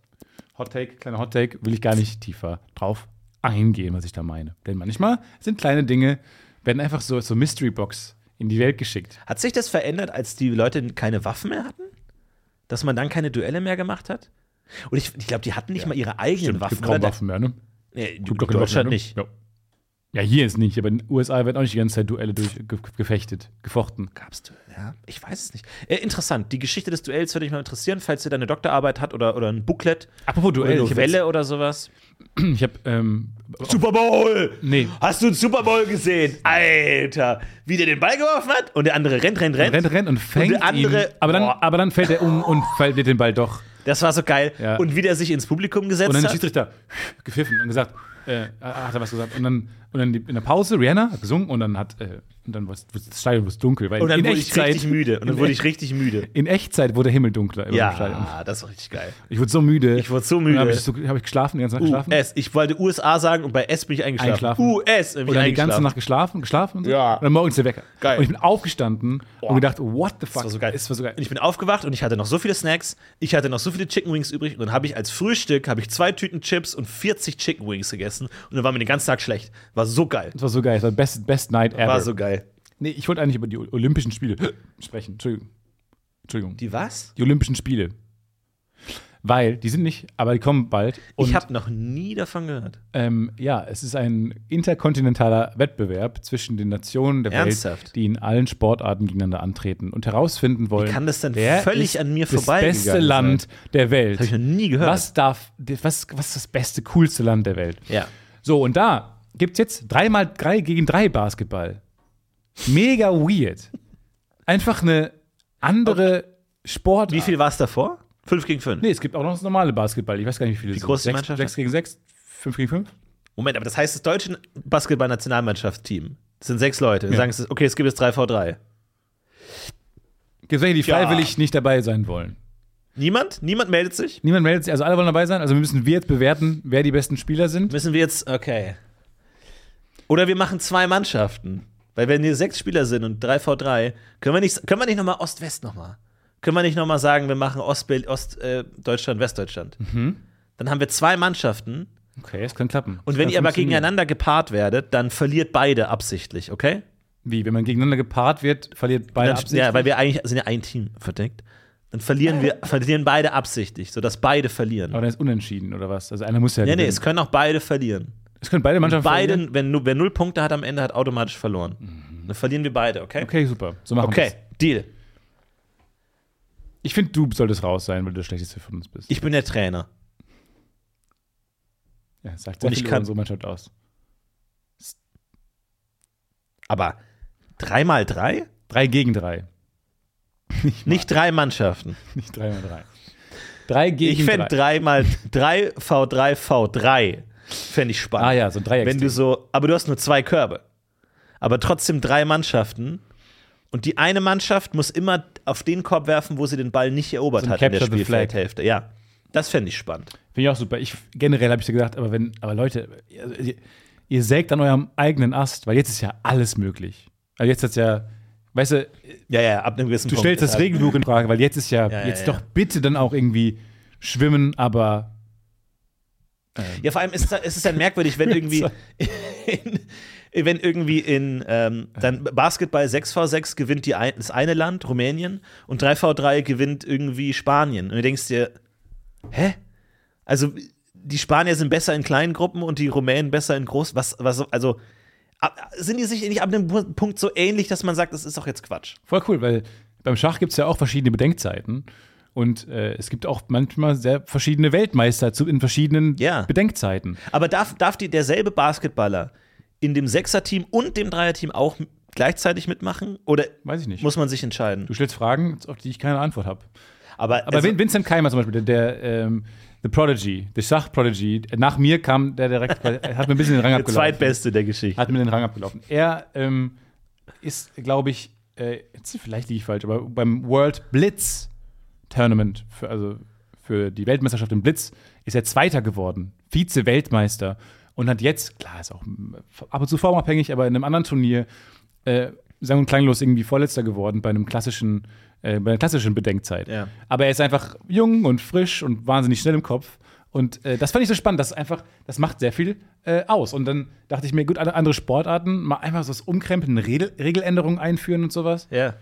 S2: Hot Take, kleiner Hot Take, will ich gar nicht tiefer drauf eingehen, was ich da meine. Denn manchmal sind kleine Dinge, werden einfach so so Mystery Box in die Welt geschickt.
S1: Hat sich das verändert, als die Leute keine Waffen mehr hatten? Dass man dann keine Duelle mehr gemacht hat? Und ich, ich glaube, die hatten nicht mal ihre eigenen
S2: Es
S1: Waffen.
S2: gibt kaum
S1: oder?
S2: Waffen mehr, ne?
S1: Nee, in
S2: Gibt doch keine
S1: Deutschland
S2: Waffen
S1: nicht.
S2: mehr, ne? Ja. ja, hier ist nicht, aber in den USA werden auch nicht die ganze Zeit Duelle durch, ge, gefechtet, gefochten.
S1: Gab's du? Ja, ich weiß es nicht. Äh, interessant. Die Geschichte des Duells würde mich mal interessieren, falls ihr da eine Doktorarbeit hat oder, oder ein Booklet,
S2: Apropos
S1: oder
S2: Duell,
S1: eine
S2: ich hab
S1: Novelle oder sowas.
S2: jetzt- *clears throat* ich habe ähm,
S1: Super Bowl!
S2: Nee.
S1: Hast du einen Super Bowl gesehen? Alter! Wie der den Ball geworfen hat und der andere rennt, rennt, rennt.
S2: rennt, rennt und fängt
S1: Oh, der andere-
S2: ihn, aber dann,
S1: Boah.
S2: aber dann fällt er um und fällt wird den Ball doch.
S1: Das war so geil.
S2: Ja.
S1: Und wie der sich ins Publikum
S2: Und
S1: gesetzt
S2: dann der
S1: hat.
S2: Schiedsrichter gepfiffen und gesagt, äh, hat er was gesagt. Und dann, und dann die, in der Pause, Rihanna hat gesungen und dann hat, äh, und dann war es- das Stadion wurde dunkel. Weil
S1: Und dann
S2: in
S1: wurde ich
S2: Echtzeit,
S1: richtig müde. Und dann
S2: in
S1: wurde
S2: Echt-
S1: ich richtig müde.
S2: In Echtzeit wurde der Himmel dunkler über dem Stadion. Uh.
S1: Ja, das war richtig geil.
S2: Ich wurde so müde.
S1: Ich wurde so
S2: Und Dann habe
S1: müde. Uh,
S2: ich, so, hab ich geschlafen, die ganze Nacht geschlafen.
S1: US. Ich wollte USA sagen und bei S bin ich eingeschlafen.
S2: Eingeschlafen.
S1: US. Bin ich
S2: Und dann die
S1: eingeschlafen.
S2: ganze Nacht geschlafen, geschlafen und so.
S1: Ja.
S2: Und dann morgens der Wecker.
S1: Geil.
S2: Und ich bin aufgestanden und gedacht, what the
S1: Das
S2: fuck.
S1: war so geil.
S2: Das war so geil.
S1: Und ich bin aufgewacht und ich hatte noch so viele Snacks, ich hatte noch so viele Chicken Wings übrig und dann habe ich als Frühstück habe ich zwei Tüten Chips und 40 Chicken Wings gegessen und dann war mir den ganzen Tag schlecht. War so geil.
S2: Das war so geil. Das war best, best night ever.
S1: War so geil.
S2: nee, ich wollte eigentlich über die Olympischen Spiele *gasps* sprechen. Entschuldigung. Entschuldigung.
S1: Die was?
S2: die Olympischen Spiele. Weil, die sind nicht, aber die kommen bald. Und,
S1: ich habe noch nie davon gehört.
S2: ähm, ja, es ist ein interkontinentaler Wettbewerb zwischen den Nationen der
S1: Ernsthaft?
S2: Welt, die in allen Sportarten gegeneinander antreten und herausfinden wollen,
S1: kann das denn
S2: wer
S1: völlig
S2: ist
S1: an mir
S2: das
S1: vorbeigegangen
S2: beste
S1: sein?
S2: Land der Welt.
S1: Habe ich noch nie gehört.
S2: Was darf, was, was ist das beste, coolste Land der Welt?
S1: Ja.
S2: So, und da gibt es jetzt 3x3 gegen 3 Basketball. Mega weird. Einfach eine andere Sportart.
S1: Wie viel war es davor? Fünf gegen fünf.
S2: Nee, es gibt auch noch das normale Basketball. Ich weiß gar nicht, wie viele wie
S1: groß ist die
S2: sechs,
S1: Mannschaft?
S2: Sechs gegen sechs? Fünf gegen fünf?
S1: Moment, aber das heißt das deutsche Basketball-Nationalmannschaftsteam. Das sind sechs Leute. Wir Sagen es, ist- okay, es gibt jetzt 3v3.
S2: Gibt welche, die
S1: Ja.
S2: freiwillig nicht dabei sein wollen.
S1: Niemand? Niemand meldet sich?
S2: Niemand meldet sich, also alle wollen dabei sein. Also müssen wir jetzt bewerten, wer die besten Spieler sind.
S1: Müssen wir jetzt, okay. Oder wir machen zwei Mannschaften. Weil wenn hier sechs Spieler sind und 3v3, können wir nicht, können wir nicht nochmal Ost-West nochmal? Können wir nicht nochmal sagen, wir machen Ostdeutschland, Ost, äh, Deutschland, Westdeutschland? Dann haben wir zwei Mannschaften
S2: Okay, das kann klappen.
S1: und
S2: Das
S1: wenn
S2: kann
S1: ihr aber
S2: funktionieren.
S1: gegeneinander gepaart werdet, dann verliert beide absichtlich, okay?
S2: Wie, wenn man gegeneinander gepaart wird, verliert beide
S1: Dann,
S2: Absicht.
S1: ja, weil wir eigentlich sind ja ein Team verdeckt. Dann verlieren wir verlieren beide absichtlich, sodass beide verlieren.
S2: aber dann ist unentschieden oder was? Also einer muss ja.
S1: Nee, nee,
S2: gewinnen.
S1: es können auch beide verlieren.
S2: es können beide Mannschaften verlieren. Mhm.
S1: Beiden, wenn, nu- wer null Punkte hat am Ende, hat automatisch verloren. Dann verlieren wir beide, okay?
S2: Okay, super. So machen
S1: Okay,
S2: wir's.
S1: Deal.
S2: Ich finde, du solltest raus sein, weil du der schlechteste von uns bist.
S1: Ich bin der Trainer.
S2: ja, das sagt sehr
S1: Und ich
S2: viel über
S1: kann-
S2: unsere Mannschaft aus.
S1: Aber drei mal drei?
S2: Drei gegen drei. *laughs*
S1: Nicht drei Mannschaften.
S2: Nicht drei mal drei. Drei gegen
S1: Ich fände drei
S2: drei.
S1: mal drei V3 V3 fände ich spannend.
S2: Ah ja, so ein Dreieck.
S1: Wenn du so, aber du hast nur zwei Körbe. Aber trotzdem drei Mannschaften. Und die eine Mannschaft muss immer auf den Korb werfen, wo sie den Ball nicht erobert
S2: So ein
S1: hat in der
S2: Capture the Flag.
S1: Spielfeldhälfte. Ja, das fände ich spannend.
S2: Finde ich auch super. Ich, generell habe ich so gedacht, aber wenn, aber Leute, also, ihr, ihr sägt an eurem eigenen Ast, weil jetzt ist ja alles möglich. Also jetzt ist ja, weißt du,
S1: Ja, ja, ab einem gewissen
S2: du
S1: Punkt. halt-
S2: stellst das Regelbuch in Frage, weil jetzt ist ja,
S1: Ja, ja,
S2: jetzt
S1: ja.
S2: doch bitte dann auch irgendwie schwimmen, aber
S1: Ja, vor allem ist es ist es dann merkwürdig, wenn irgendwie in, *laughs* wenn irgendwie in ähm, dann Basketball 6v6 gewinnt die ein, das eine Land, Rumänien, und 3v3 gewinnt irgendwie Spanien. Und du denkst dir, hä? Also die Spanier sind besser in kleinen Gruppen und die Rumänen besser in groß. Was, was, also ab, sind die sich nicht ab einem Pu- Punkt so ähnlich, dass man sagt, das ist doch jetzt Quatsch.
S2: Voll cool, weil beim Schach gibt es ja auch verschiedene Bedenkzeiten. Und äh, es gibt auch manchmal sehr verschiedene Weltmeister zu, in verschiedenen
S1: Ja.
S2: Bedenkzeiten.
S1: Aber darf, darf die, derselbe Basketballer in dem Sechser-Team und dem Dreier-Team auch gleichzeitig mitmachen? Oder
S2: Weiß ich nicht.
S1: muss man sich entscheiden?
S2: du stellst Fragen, auf die ich keine Antwort habe.
S1: Aber,
S2: Aber
S1: also,
S2: Vin- Vincent Keimer zum Beispiel, der, der ähm, The Prodigy, der Schach-Prodigy, nach mir kam der direkt, er hat mir ein bisschen den
S1: *laughs*
S2: Rang
S1: der
S2: abgelaufen.
S1: zweitbeste der Geschichte.
S2: Hat mir den Rang abgelaufen. Er ähm, ist, glaube ich, äh, jetzt, vielleicht liege ich falsch, aber beim World Blitz Tournament, für, also für die Weltmeisterschaft im Blitz, ist er Zweiter geworden. Vize-Weltmeister. Und hat jetzt, klar, ist auch mm, ab und zu formabhängig, aber in einem anderen Turnier, äh, sang- und klanglos irgendwie Vorletzter geworden bei einem klassischen, äh, bei einer klassischen Bedenkzeit.
S1: Ja.
S2: Aber er ist einfach jung und frisch und wahnsinnig schnell im Kopf. Und äh, das fand ich so spannend, das ist einfach, das macht sehr viel äh, aus. Und dann dachte ich mir, gut, alle andere Sportarten, mal einfach so das Umkrempeln, Regel Regeländerungen einführen und sowas.
S1: Ja.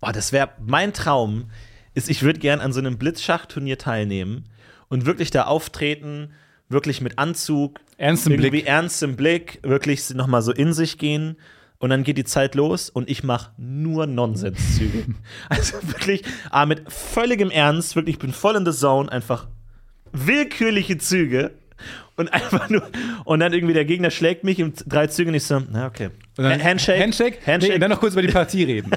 S1: Boah, das wäre mein Traum, ist, ich würde gern an so einem Blitzschachturnier teilnehmen und wirklich da auftreten, wirklich mit Anzug,
S2: Ernstem
S1: irgendwie
S2: Blick.
S1: ernst im Blick, wirklich nochmal so in sich gehen. Und dann geht die Zeit los und ich mache nur
S2: *laughs*
S1: Nonsenszüge. also wirklich, ah, mit völligem Ernst, wirklich, ich bin voll in the zone, einfach willkürliche Züge. Und einfach nur, und dann irgendwie der Gegner schlägt mich in drei Zügen und ich so, na okay.
S2: Und dann-
S1: Handshake.
S2: Handshake. Nee,
S1: Handshake.
S2: und dann noch kurz über die
S1: *laughs*
S2: Partie reden.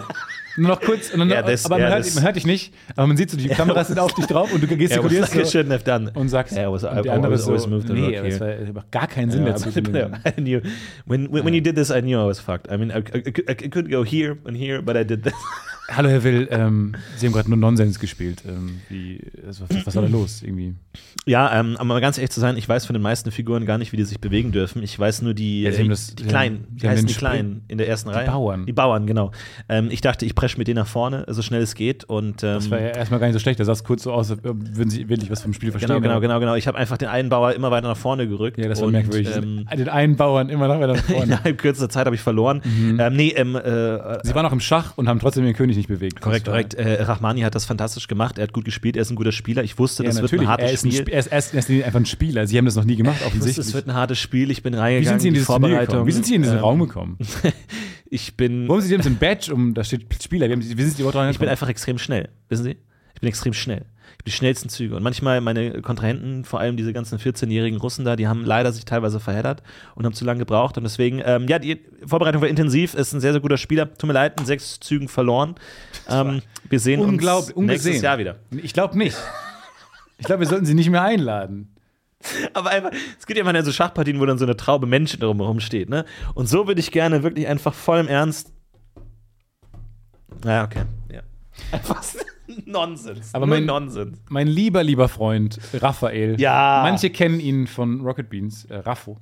S2: Nur noch kurz, und dann,
S1: Ja, das-
S2: aber man,
S1: ja,
S2: hört,
S1: das-
S2: man hört dich nicht, aber man sieht so,
S1: *laughs*
S2: die Kameras sind auf dich drauf und du gestikulierst
S1: yeah, it was like I
S2: so
S1: shouldn't have done.
S2: und sagst,
S1: Yeah, it was-
S2: und
S1: I- I was
S2: so,
S1: always moved the rock
S2: nee,
S1: here.
S2: das war überhaupt gar keinen Sinn
S1: Yeah, *laughs*
S2: dazu.
S1: but- I knew when when, when you did this, I knew I was fucked. I mean, I, I, I- I could go here and here, but I did this.
S2: Hallo Herr Will, ähm, Sie haben gerade nur Nonsens gespielt. Ähm, wie, also, was, was war da los? Irgendwie.
S1: Ja, ähm, aber ganz ehrlich zu sein, ich weiß von den meisten Figuren gar nicht, wie die sich bewegen dürfen. Ich weiß nur die,
S2: Ja, sie haben
S1: äh,
S2: das-
S1: die
S2: sie haben-
S1: Kleinen,
S2: sie
S1: die
S2: haben
S1: heißen
S2: den
S1: die
S2: Spring-
S1: Kleinen in der ersten Reihe.
S2: Bauern.
S1: Die Bauern, genau. Ähm, ich dachte, ich presche mit denen nach vorne, so schnell es geht. Und, ähm,
S2: Das war ja erstmal gar nicht so schlecht. Da sah es kurz so aus, als würden Sie wirklich was vom Spiel verstehen.
S1: genau, genau,
S2: aber-
S1: genau, genau. Ich habe einfach den einen Bauer immer weiter nach vorne gerückt.
S2: Ja, das war
S1: und,
S2: merkwürdig.
S1: Ähm,
S2: Den einen Bauern
S1: *laughs*
S2: immer noch weiter nach vorne. Mhm.
S1: innerhalb kürzester Zeit habe ich verloren. Ähm, nee, ähm, äh,
S2: Sie waren auch im Schach und haben trotzdem ihren König nicht bewegt.
S1: Korrekt,
S2: Das war-
S1: korrekt. Äh, Rahmani hat das fantastisch gemacht. Er hat gut gespielt. Er ist ein guter Spieler. Ich wusste,
S2: Ja,
S1: das wird
S2: natürlich.
S1: ein hartes
S2: er ist, ein
S1: Spiel.
S2: Sp- er ist erst, erst einfach ein Spieler. Sie haben das noch nie gemacht,
S1: Ich wusste, es
S2: offensichtlich.
S1: wird ein hartes Spiel. Ich bin reingegangen.
S2: Wie sind Sie in
S1: die
S2: dieses Turnier gekommen?
S1: Vorbereitung.
S2: Wie sind Sie in diesen
S1: äh,
S2: Raum gekommen?
S1: Ich bin,
S2: Warum sind Sie haben so ein Badge um, da steht Spieler. Wie, haben Sie, wie sind Sie überhaupt dran
S1: ich bin einfach extrem schnell. Wissen Sie? Ich bin extrem schnell. Ich habe die schnellsten Züge. Und manchmal meine Kontrahenten, vor allem diese ganzen 14-jährigen Russen da, die haben leider sich teilweise verheddert und haben zu lange gebraucht. Und deswegen, ähm, ja, die Vorbereitung war intensiv. Ist ein sehr, sehr guter Spieler. Tut mir leid, in sechs Zügen verloren. Ähm, wir sehen
S2: Unglaublich,
S1: uns nächstes
S2: ungesehen.
S1: Jahr wieder. *laughs*
S2: Ich glaube nicht. Ich glaube, wir sollten Sie nicht mehr einladen.
S1: Aber einfach, es gibt ja immer so Schachpartien, wo dann so eine Traube Menschen drumherum steht, ne? Und so würde ich gerne wirklich einfach voll im Ernst. Ja, *laughs* okay. Ja. Was? Nonsens.
S2: Aber
S1: Nur
S2: mein-
S1: Nonsens.
S2: Mein lieber, lieber Freund Raphael.
S1: Ja.
S2: Manche kennen ihn von Rocket Beans, äh, Raffo.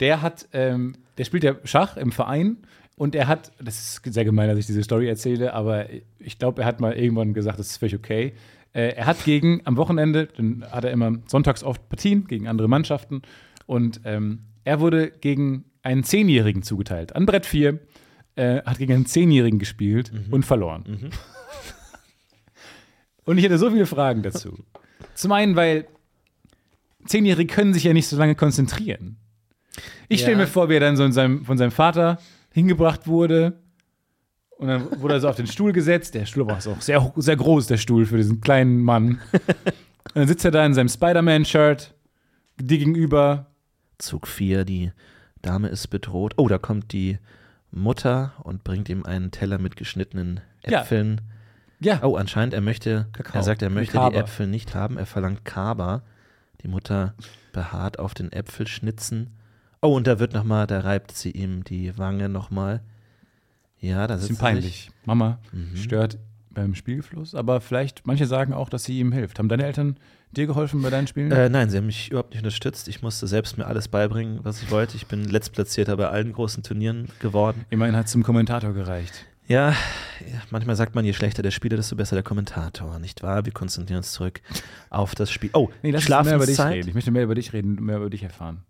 S2: Der hat, ähm, der spielt ja Schach im Verein und er hat, das ist sehr gemein, dass ich diese Story erzähle, aber ich glaube, er hat mal irgendwann gesagt, das ist völlig okay. Äh, er hat gegen, am Wochenende, dann hat er immer sonntags oft Partien gegen andere Mannschaften und ähm, er wurde gegen einen Zehnjährigen zugeteilt, an Brett 4, äh, hat gegen einen Zehnjährigen gespielt und verloren. Und ich hätte so viele Fragen dazu. Zum einen, weil Zehnjährige können sich ja nicht so lange konzentrieren. Ich stelle
S1: Ja.
S2: mir vor, wie er dann so in seinem, von seinem Vater hingebracht wurde. Und dann wurde er so auf den Stuhl gesetzt. Der Stuhl war auch so sehr, ho- sehr groß, der Stuhl für diesen kleinen Mann. Und dann sitzt er da in seinem Spider-Man-Shirt, dir gegenüber.
S1: Zug 4, die Dame ist bedroht. Oh, da kommt die Mutter und bringt ihm einen Teller mit geschnittenen
S2: Ja.
S1: Äpfeln.
S2: Ja,
S1: Oh, anscheinend, er möchte,
S2: Kakao.
S1: er sagt, er
S2: Mit
S1: möchte die
S2: Kaba.
S1: Äpfel nicht haben. Er verlangt Kaba. Die Mutter beharrt auf den Äpfelschnitzen. Oh, und da wird nochmal, da reibt sie ihm die Wange nochmal. Ja, das
S2: bisschen
S1: ist Mhm.
S2: peinlich. Mama stört beim Spielfluss, aber vielleicht, manche sagen auch, dass sie ihm hilft. Haben deine Eltern dir geholfen bei deinen Spielen?
S1: Äh, nein, sie haben mich überhaupt nicht unterstützt. Ich musste selbst mir alles beibringen, was ich wollte. Ich bin Letztplatzierter bei allen großen Turnieren geworden.
S2: Immerhin hat es zum Kommentator gereicht.
S1: Ja, ja, manchmal sagt man, je schlechter der Spieler, desto besser der Kommentator, nicht wahr? Wir konzentrieren uns zurück auf das Spiel. Oh,
S2: Nee, lass uns mehr über dich
S1: Schlafenszeit.
S2: reden. Ich möchte mehr über dich reden, mehr über dich erfahren.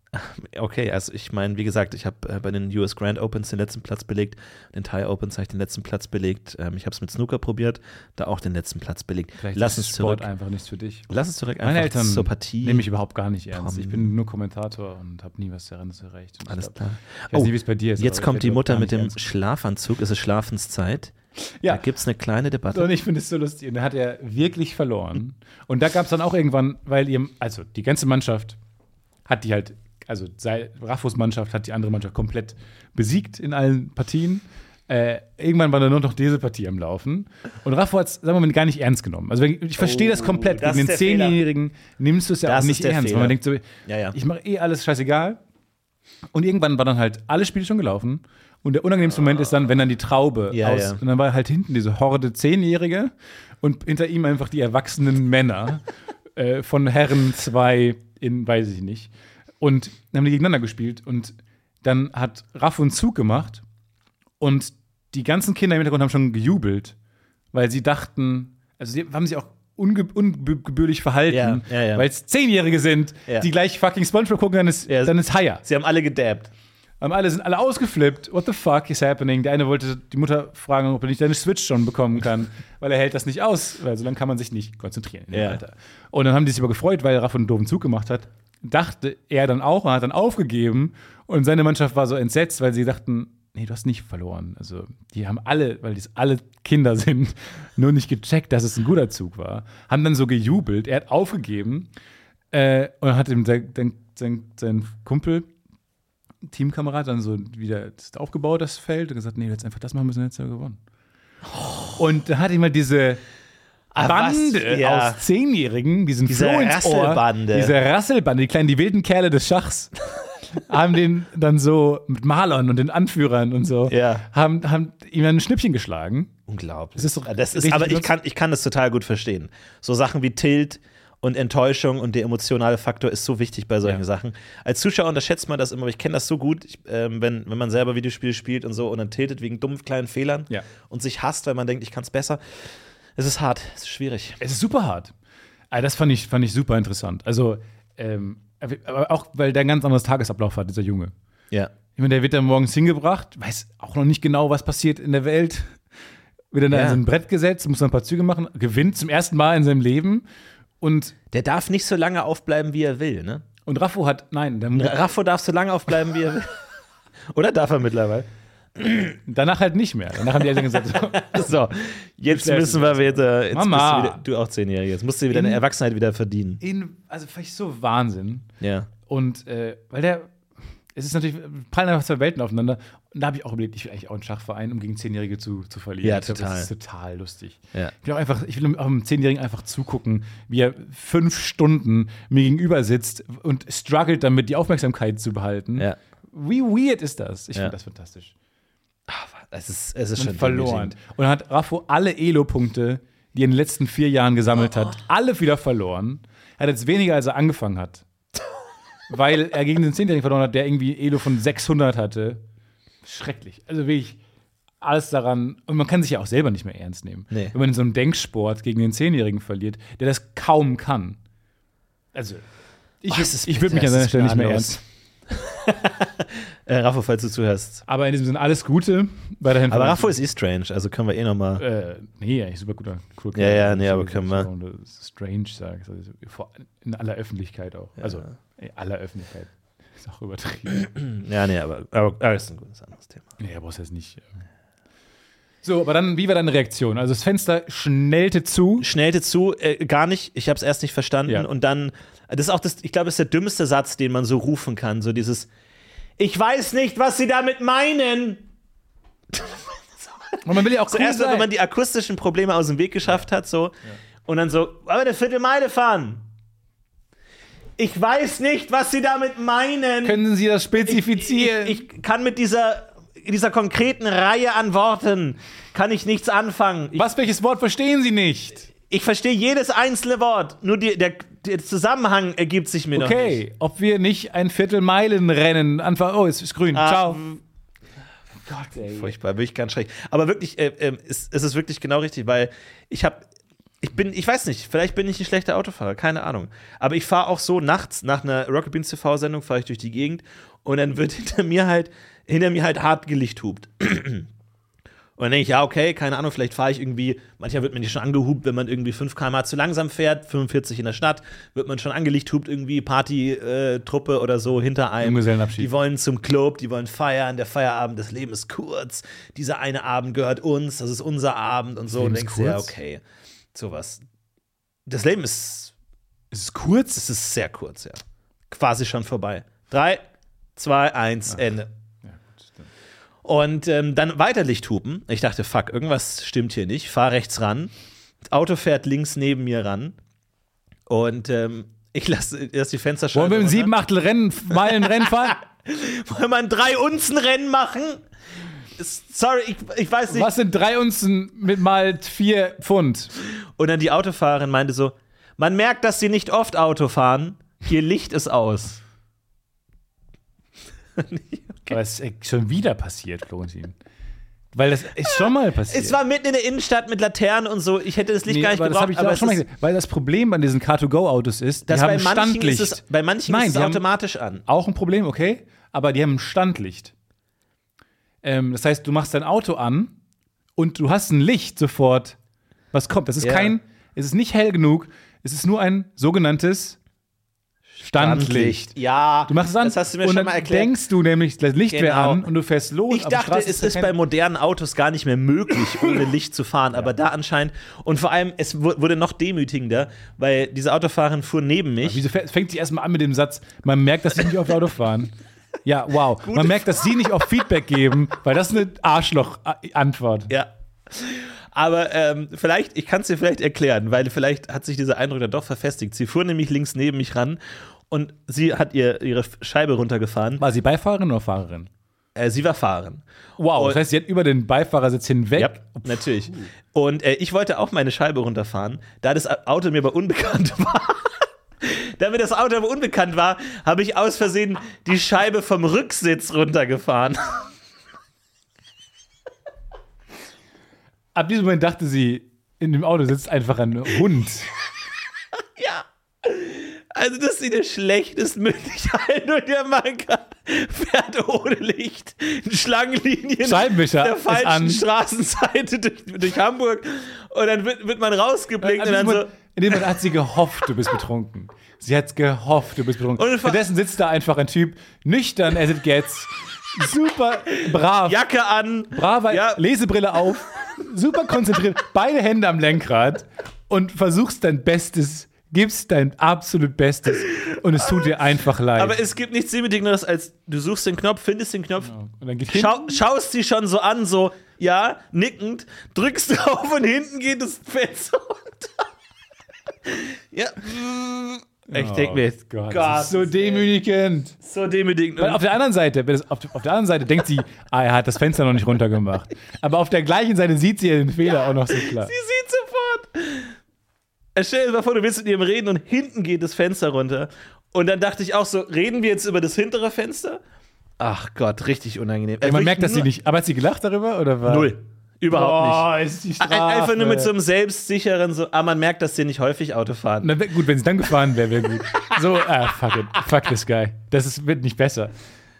S1: Okay, also ich meine, wie gesagt, ich habe äh, bei den US Grand Opens den letzten Platz belegt, den Thai Opens habe ich den letzten Platz belegt. Ähm, ich habe es mit Snooker probiert, da auch den letzten Platz belegt.
S2: Vielleicht
S1: Lass uns
S2: ist Sport
S1: zurück.
S2: einfach nichts für dich.
S1: Lass uns zurück
S2: Meine
S1: einfach
S2: Eltern
S1: zur Partie.
S2: nehme ich überhaupt gar nicht ernst. Ich
S1: kommen.
S2: bin nur Kommentator und habe nie was daran erreicht. Und ich
S1: Alles
S2: glaub,
S1: klar. Oh,
S2: Ich weiß nicht, wie es bei dir ist. Also, aber
S1: Jetzt
S2: ich
S1: kommt
S2: werd
S1: die
S2: überhaupt
S1: Mutter
S2: gar
S1: mit
S2: nicht
S1: dem
S2: ernst.
S1: Schlafanzug. Es ist Schlafanszeit. Da
S2: Ja,
S1: gibt es eine kleine Debatte.
S2: und ich finde es so lustig. Und da hat er wirklich verloren. Und da gab es dann auch irgendwann, weil ihr, also die ganze Mannschaft hat die halt, also sei- Raffos Mannschaft hat die andere Mannschaft komplett besiegt in allen Partien. Äh, irgendwann war dann nur noch diese Partie am Laufen. Und Raffo hat es, sagen wir mal, gar nicht ernst genommen. Also wenn- ich verstehe das komplett.
S1: Oh, das
S2: Gegen den
S1: ist der Fehler.
S2: Zehnjährigen nimmst du es ja
S1: Das
S2: auch
S1: ist
S2: nicht
S1: der
S2: ernst. Weil
S1: Fehler.
S2: man denkt so,
S1: Ja, ja.
S2: ich mache eh alles scheißegal. Und irgendwann war dann halt alles Spiel schon gelaufen. Und der unangenehmste Moment ist dann, wenn dann die Traube
S1: Ja,
S2: aus.
S1: ja.
S2: Und dann war halt hinten diese Horde Zehnjährige und hinter ihm einfach die erwachsenen
S1: *laughs*
S2: Männer äh, von Herren zwei in, weiß ich nicht. Und dann haben die gegeneinander gespielt. Und dann hat Raff und Zug gemacht. Und die ganzen Kinder im Hintergrund haben schon gejubelt, weil sie dachten, also sie haben sich auch unge ungebührlich verhalten,
S1: Ja, ja, ja.
S2: weil es Zehnjährige sind,
S1: Ja.
S2: die gleich fucking Spongebob gucken, dann ist,
S1: Ja.
S2: dann ist Haier.
S1: Sie haben alle gedabbt.
S2: Haben Ähm, alle, sind alle ausgeflippt. What the fuck is happening? Der eine wollte die Mutter fragen, ob er nicht deine Switch schon bekommen kann, *laughs* weil er hält das nicht aus, weil so lange kann man sich nicht konzentrieren in dem
S1: Ja.
S2: Alter. Und dann haben die sich aber gefreut, weil Raff einen doofen Zug gemacht hat. Dachte er dann auch und hat dann aufgegeben. Und seine Mannschaft war so entsetzt, weil sie dachten, nee, du hast nicht verloren. Also die haben alle, weil das alle Kinder sind, *laughs* nur nicht gecheckt, dass es ein guter Zug war. Haben dann so gejubelt. Er hat aufgegeben äh, und hat ihm sein, sein, sein, sein Kumpel, Teamkamerad, dann so wieder das aufgebaut, das Feld, und gesagt, nee, du hättest einfach das machen müssen, dann hättest du ja gewonnen. Und da hatte ich mal diese
S1: Oh.
S2: Bande
S1: Ah, was? Ja.
S2: aus Zehnjährigen, diesen
S1: Diese
S2: Floh ins Ohr,
S1: Rasselbande.
S2: Diese Rasselbande, die kleinen, die wilden Kerle
S1: *laughs*
S2: des Schachs, haben den dann so mit Malern und den Anführern und so,
S1: Ja.
S2: haben, haben ihm dann ein Schnippchen geschlagen.
S1: Unglaublich. Ah,
S2: Das ist doch
S1: das ist,
S2: richtig
S1: aber ich
S2: benutzt.
S1: kann, ich kann das total gut verstehen. So Sachen wie Tilt und Enttäuschung und der emotionale Faktor ist so wichtig bei solchen
S2: Ja.
S1: Sachen. Als Zuschauer unterschätzt man das immer, aber ich kenne das so gut, ich, ähm, wenn, wenn man selber Videospiele spielt und so und dann tiltet wegen dummen kleinen Fehlern
S2: Ja.
S1: und sich hasst, weil man denkt, ich kann es besser. Es ist hart, es ist schwierig.
S2: Es ist super hart. Aber das fand ich, fand ich super interessant. Also, ähm, aber auch weil der einen ganz anderes Tagesablauf hat, dieser Junge.
S1: Ja.
S2: Ich meine, der wird dann morgens hingebracht, weiß auch noch nicht genau, was passiert in der Welt. Wird dann
S1: Ja.
S2: an so ein Brett gesetzt, muss dann ein paar Züge machen, gewinnt zum ersten Mal in seinem Leben. Und,
S1: Der darf nicht so lange aufbleiben, wie er will, ne?
S2: und Raffo hat, nein, der,
S1: R- Raffo darf so lange aufbleiben, wie er
S2: *laughs*
S1: will. Oder darf er mittlerweile?
S2: danach halt nicht mehr. Danach haben die Eltern gesagt, so,
S1: *laughs* So, jetzt
S2: Schläfst
S1: müssen wir wieder. Jetzt
S2: Mama.
S1: Bist du, wieder, du auch Zehnjährige, jetzt musst du wieder deine
S2: In-
S1: Erwachsenheit wieder verdienen.
S2: *laughs* in, also vielleicht so Wahnsinn.
S1: Ja.
S2: Und äh, weil der, es ist natürlich, prallen einfach zwei Welten aufeinander. Und da habe ich auch überlegt, ich will eigentlich auch einen Schachverein, um gegen Zehnjährige zu, zu verlieren.
S1: Ja,
S2: ich glaub,
S1: total.
S2: Das ist total lustig.
S1: Ja.
S2: Ich will auch einfach, ich will auch einem Zehnjährigen einfach zugucken, wie er fünf Stunden mir gegenüber sitzt und struggelt damit, die Aufmerksamkeit zu behalten.
S1: Ja.
S2: Wie weird ist das? Ich
S1: Ja.
S2: finde das fantastisch.
S1: Es ist, es ist
S2: Und
S1: schon
S2: verloren. Und hat Raffo alle Elo-Punkte die er in den letzten vier Jahren gesammelt hat,
S1: Oh.
S2: alle wieder verloren. Er hat jetzt weniger, als er angefangen hat. weil er gegen den Zehnjährigen verloren hat, der irgendwie Elo von 600 hatte. Schrecklich. Also wirklich alles daran. Und man kann sich ja auch selber nicht mehr ernst nehmen.
S1: Nee.
S2: Wenn man in so einem Denksport gegen den Zehnjährigen verliert, der das kaum kann. Also, ich,
S1: Oh, es ist
S2: ich würde mich
S1: bitter,
S2: an
S1: es
S2: seiner
S1: ist
S2: Stelle nicht mehr
S1: gnadenlos.
S2: ernst
S1: *laughs* Äh, Raffo, falls du zuhörst.
S2: Aber in diesem Sinne alles Gute. Weiterhin.
S1: Aber Raffo ist eh strange, also können wir eh nochmal.
S2: Äh, nee, eigentlich super guter cool
S1: Ja, ja, nee, aber können wir-
S2: Strange sagen. Also, vor- In aller Öffentlichkeit auch. Also, in aller Öffentlichkeit. Ist auch übertrieben.
S1: Ja, nee, aber, aber, aber ist ein gutes anderes Thema.
S2: nee, brauchst jetzt nicht. äh. So, aber dann, wie war deine Reaktion? Also, das Fenster schnellte zu.
S1: Schnellte zu, äh, gar nicht, ich habe es erst nicht verstanden.
S2: Ja.
S1: Und dann, das ist auch das, ich glaube, das ist der dümmste Satz, den man so rufen kann. So dieses, ich weiß nicht, was sie damit meinen.
S2: Und man will ja auch cool
S1: Zuerst, mal,
S2: sein.
S1: wenn man die akustischen Probleme aus dem Weg geschafft hat, so. Und dann so, aber eine Viertelmeile fahren. Ich weiß nicht, was sie damit meinen.
S2: Können Sie das
S1: ich,
S2: spezifizieren?
S1: ich kann mit dieser, dieser konkreten Reihe an Worten kann ich nichts anfangen. Ich,
S2: Was, welches Wort verstehen Sie nicht?
S1: ich verstehe jedes einzelne Wort. Nur die, der, der Zusammenhang ergibt sich mir noch nicht.
S2: Okay, ob wir nicht ein Viertelmeilenrennen anfangen. Oh, es ist grün.
S1: Ah,
S2: Ciao.
S1: Gott, ey. Furchtbar, wirklich ganz schrecklich. Aber wirklich, äh, ähm, es, es ist wirklich genau richtig, weil ich habe, ich bin, ich weiß nicht, vielleicht bin ich ein schlechter Autofahrer, keine Ahnung. Aber ich fahre auch so nachts nach einer Rocket Beans TV-Sendung, fahre ich durch die Gegend und dann wird *laughs* hinter mir halt, hinter mir halt hart Gelicht hupt. Und dann denke ich, ja, okay, keine Ahnung, vielleicht fahre ich irgendwie, manchmal wird man nicht schon angehupt, wenn man irgendwie 5 km zu langsam fährt, 45 in der Stadt, wird man schon angelicht hupt, irgendwie Party-Truppe oder so hinter einem.
S2: Junggesellenabschied.
S1: Die wollen zum Club, die wollen feiern, der Feierabend, das Leben ist kurz, dieser eine Abend gehört uns, das ist unser Abend und so.
S2: Leben
S1: Und
S2: ist
S1: denkst du, ja,
S2: kurz?
S1: okay, sowas. Das Leben ist,
S2: Es ist kurz.
S1: es ist sehr kurz, ja. Quasi schon vorbei. Drei, zwei, eins, Ende.
S2: Ja, gut, stimmt.
S1: Und ähm, dann weiter Lichthupen. Ich dachte, fuck, irgendwas stimmt hier nicht. Fahr rechts ran. Auto fährt links neben mir ran. Und ähm, ich lasse erst die Fenster schauen.
S2: Wollen wir im Siebenachtel Rennen, Meilen Rennen fahren?
S1: *laughs* Wollen wir ein Drei-Unzen-Rennen machen? Sorry, ich, ich weiß nicht.
S2: Was sind drei Unzen mit mal vier Pfund?
S1: Und dann die Autofahrerin meinte so: Man merkt, dass sie nicht oft Auto fahren. Ihr Licht ist aus.
S2: Aber es ist schon wieder passiert, Florentin. Weil das ist schon mal passiert.
S1: Es war mitten in der Innenstadt mit Laternen und so. Ich hätte das Licht
S2: Nee,
S1: gar nicht
S2: aber das
S1: gebraucht.
S2: habe ich
S1: aber
S2: auch
S1: es
S2: schon mal
S1: ist-
S2: gesehen. Weil das Problem an diesen Car-to-Go-Autos ist, die
S1: das
S2: haben
S1: bei manchen
S2: Standlicht.
S1: ist es, bei manchen ist
S2: Nein, die
S1: es
S2: haben-
S1: automatisch an.
S2: auch ein Problem, okay, aber die haben ein Standlicht. Ähm, das heißt, du machst dein Auto an und du hast ein Licht sofort, was kommt. Das ist
S1: Ja.
S2: kein, es ist nicht hell genug, es ist nur ein sogenanntes Standlicht.
S1: Ja.
S2: Du machst es an
S1: Das hast du mir
S2: und
S1: schon
S2: dann
S1: mal erklärt.
S2: denkst du nämlich, das Licht wäre
S1: Genau.
S2: an und du fährst los.
S1: ich
S2: auf die
S1: dachte,
S2: Straße,
S1: es
S2: da
S1: ist
S2: kein-
S1: bei modernen Autos gar nicht mehr
S2: *laughs*
S1: möglich, ohne Licht zu fahren, aber da anscheinend. Und vor allem, es wu- wurde noch demütigender, weil diese Autofahrerin fuhr neben mich.
S2: Wieso fä- fängt sie erstmal an mit dem Satz, man merkt, dass sie nicht oft Auto fahren? Ja, wow. man merkt, dass sie nicht auf Feedback geben, weil das ist eine Arschloch-Antwort.
S1: Ja. Aber ähm, vielleicht, ich kann es dir vielleicht erklären, weil vielleicht hat sich dieser Eindruck dann doch verfestigt. Sie fuhr nämlich links neben mich ran und sie hat ihr, ihre Scheibe runtergefahren.
S2: War sie Beifahrerin oder Fahrerin?
S1: Äh, sie war fahren.
S2: Wow,
S1: Und-
S2: das heißt, sie hat über den Beifahrersitz hinweg.
S1: Ja, natürlich. Und äh, ich wollte auch meine Scheibe runterfahren, da das Auto mir aber unbekannt *laughs* war. da mir das Auto aber unbekannt war, habe ich aus Versehen die Scheibe vom Rücksitz runtergefahren.
S2: Ab diesem Moment dachte sie, in dem Auto sitzt einfach ein Hund.
S1: *laughs* ja. Also, das ist die der schlechtestmögliche Haltung der Manka. Fährt ohne Licht in Schlangenlinien
S2: Scheibenwischer
S1: der
S2: ist
S1: falschen
S2: an.
S1: Straßenseite durch, durch Hamburg. Und dann wird, wird man rausgeblinkt
S2: Ab
S1: und
S2: diesem
S1: dann so.
S2: Moment- in dem Moment hat sie gehofft, du bist betrunken. Sie hat gehofft, du bist betrunken.
S1: Und-
S2: Stattdessen sitzt da einfach ein Typ, nüchtern as it gets, super brav,
S1: Jacke an.
S2: braver,
S1: Ja.
S2: Lesebrille auf, super konzentriert, beide Hände am Lenkrad und versuchst dein Bestes, gibst dein absolut Bestes und es tut dir einfach leid.
S1: Aber es gibt nichts Demütigenderes, als du suchst den Knopf, findest den Knopf,
S2: und dann geht
S1: schau, schaust sie schon so an, so, ja, nickend, drückst *laughs* drauf und hinten geht das Fenster runter. *laughs* ja. Mm. Ich denke mir,
S2: Oh
S1: Gott,
S2: Gott, das ist so demütigend.
S1: so demütigend. *laughs*
S2: Weil auf der anderen Seite, wenn es- auf, auf der anderen Seite denkt sie, ah, er hat das Fenster noch nicht runtergemacht. Aber auf der gleichen Seite sieht sie ja den Fehler auch noch so klar.
S1: Sie sieht sofort. Stell dir mal vor, du willst mit ihm reden und hinten geht das Fenster runter. Und dann dachte ich auch so, reden wir jetzt über das hintere Fenster? Ach Gott, richtig unangenehm.
S2: Ja, man
S1: Wirklich
S2: merkt, dass sie
S1: nur-
S2: nicht. Aber hat sie gelacht darüber oder
S1: *laughs*
S2: war?
S1: Null. Überhaupt nicht.
S2: Boah, ist die Strafe.
S1: Ein- Einfach nur mit so einem selbstsicheren, so, ah, man merkt, dass sie nicht häufig Auto fahren.
S2: Na, wär- gut, wenn sie dann gefahren wäre, wäre gut. So, ah, fuck it. Fuck this guy. Das ist, wird nicht besser.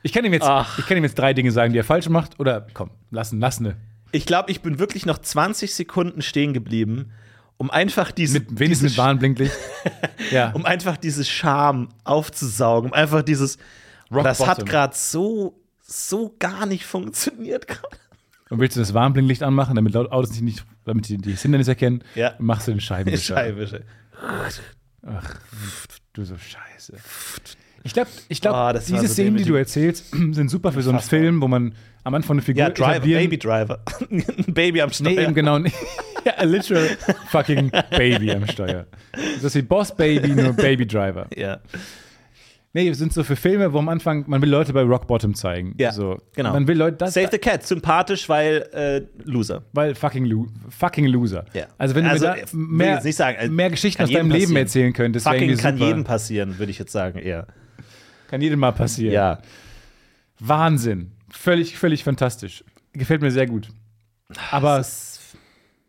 S2: Ich kann, ihm jetzt,
S1: Ach.
S2: ich kann ihm jetzt drei Dinge sagen, die er falsch macht. Oder komm, lassen, lassen. ne.
S1: Ich glaube, ich bin wirklich noch 20 Sekunden stehen geblieben, um einfach diese,
S2: Mit, wenigstens mit
S1: diese, *laughs*
S2: Warnblinklicht. ja.
S1: um einfach diese Scham aufzusaugen, um einfach dieses,
S2: Rock
S1: das hat
S2: bottom.
S1: gerade so, so gar nicht funktioniert gerade.
S2: Und willst du das Warnblinklicht anmachen, damit laut Autos dich nicht, damit die, die das Hindernis erkennen?
S1: Ja.
S2: Machst du den Scheibenwischer.
S1: Scheibe.
S2: Du so Scheiße. Ich glaube, ich glaub,
S1: Ah, das war
S2: diese
S1: so
S2: Szenen, die
S1: demütig.
S2: du erzählst, *clears throat* sind super für so einen Film, wo man am Anfang eine Figur
S1: Ja, Driver,
S2: etablieren-
S1: Baby Driver. *laughs* Ein Baby am Steuer.
S2: Nee, *laughs* eben genau. nicht. ja, a literal fucking Baby am Steuer. Das ist wie Boss Baby, nur Baby Driver.
S1: ja.
S2: Nee, es sind so für Filme, wo am Anfang, man will Leute bei Rock Bottom zeigen.
S1: Ja,
S2: so.
S1: genau.
S2: Man will Leute, das,
S1: Save the Cat, sympathisch, weil äh, Loser.
S2: weil fucking, lo fucking Loser.
S1: Ja.
S2: Also wenn du
S1: Also,
S2: mir
S1: will
S2: da mehr,
S1: jetzt nicht sagen, also,
S2: mehr Geschichten
S1: kann
S2: aus deinem
S1: jedem
S2: Leben
S1: passieren.
S2: erzählen könntest, wäre
S1: Fucking
S2: irgendwie
S1: kann
S2: super.
S1: jedem passieren, würde ich jetzt sagen, eher.
S2: kann jedem mal passieren.
S1: Ja.
S2: Wahnsinn. Völlig, völlig fantastisch. Gefällt mir sehr gut. Aber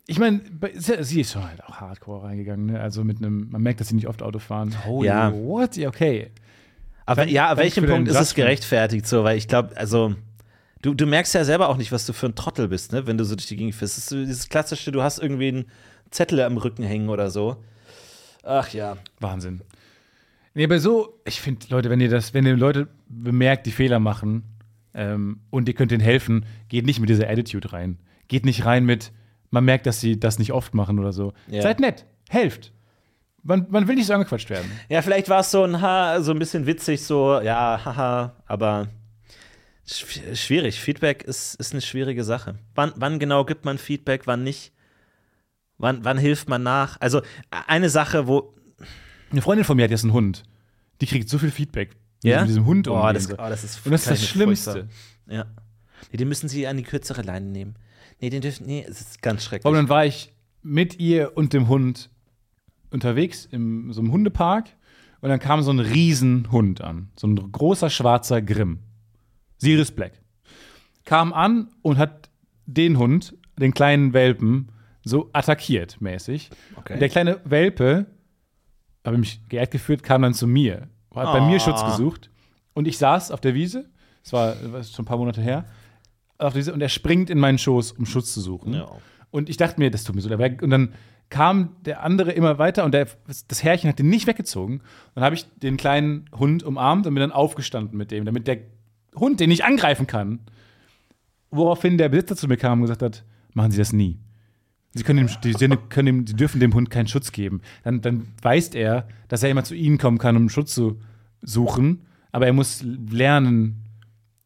S2: ich meine, bei- sie sie ist schon halt auch hardcore reingegangen, ne? Also mit einem, man merkt, dass sie nicht oft Auto fahren. Holy
S1: Ja.
S2: what? Ja, Okay.
S1: Aber ja, ab
S2: danke
S1: welchem
S2: für den
S1: Punkt ist es
S2: Adjustment.
S1: gerechtfertigt so? Weil ich glaube, also. Du, du merkst ja selber auch nicht, was du für ein Trottel bist, ne? wenn du so durch die Gegend fährst. Das ist so dieses klassische, du hast irgendwie einen Zettel am Rücken hängen oder so. Ach ja.
S2: Wahnsinn. Nee, aber so, ich finde, Leute, wenn ihr das, wenn ihr Leute bemerkt, die Fehler machen ähm, und ihr könnt ihnen helfen, geht nicht mit dieser Attitude rein. Geht nicht rein mit, man merkt, dass sie das nicht oft machen oder so.
S1: Ja.
S2: Seid nett, helft. Man, man will nicht so angequatscht werden.
S1: Ja, vielleicht war es so ein ha, so ein bisschen witzig, so, ja, haha, aber schw- schwierig. Feedback ist, ist eine schwierige Sache. Wann, wann genau gibt man Feedback, wann nicht? Wann, wann hilft man nach? Also eine Sache, wo.
S2: Eine Freundin von mir hat jetzt einen Hund. Die kriegt so viel Feedback. wie sie
S1: Ja?
S2: Mit diesem Hund
S1: Oh,
S2: umgehen
S1: das,
S2: soll.
S1: oh, das ist
S2: Und das ist
S1: kann
S2: das
S1: ich mir
S2: Schlimmste.
S1: furchtbar- Ja. Nee, den müssen sie an die kürzere Leine nehmen. Nee, den dürfen. Nee, es ist ganz schrecklich.
S2: Aber dann war ich mit ihr und dem Hund unterwegs in so einem Hundepark und dann kam so ein Riesenhund an. So ein großer schwarzer Grimm. Sirius Black. Kam an und hat den Hund, den kleinen Welpen, so attackiert mäßig.
S1: Okay.
S2: Und Der kleine Welpe, habe mich geehrt geführt, kam dann zu mir. Hat bei mir Schutz gesucht. Und ich saß auf der Wiese, es war, war schon ein paar Monate her, auf der Wiese, und er springt in meinen Schoß, um Schutz zu suchen.
S1: Ja.
S2: Und ich dachte mir, das tut mir so leid. weil- Und dann kam der andere immer weiter und der, das Herrchen hat den nicht weggezogen. Und dann habe ich den kleinen Hund umarmt und bin dann aufgestanden mit dem, damit der Hund den nicht angreifen kann. Woraufhin der Besitzer zu mir kam und gesagt hat, machen Sie das nie. Sie können ihm, die, Sie können ihm, die dürfen dem Hund keinen Schutz geben. Dann, dann weiß er, dass er immer zu ihnen kommen kann, um Schutz zu suchen. Aber er muss lernen.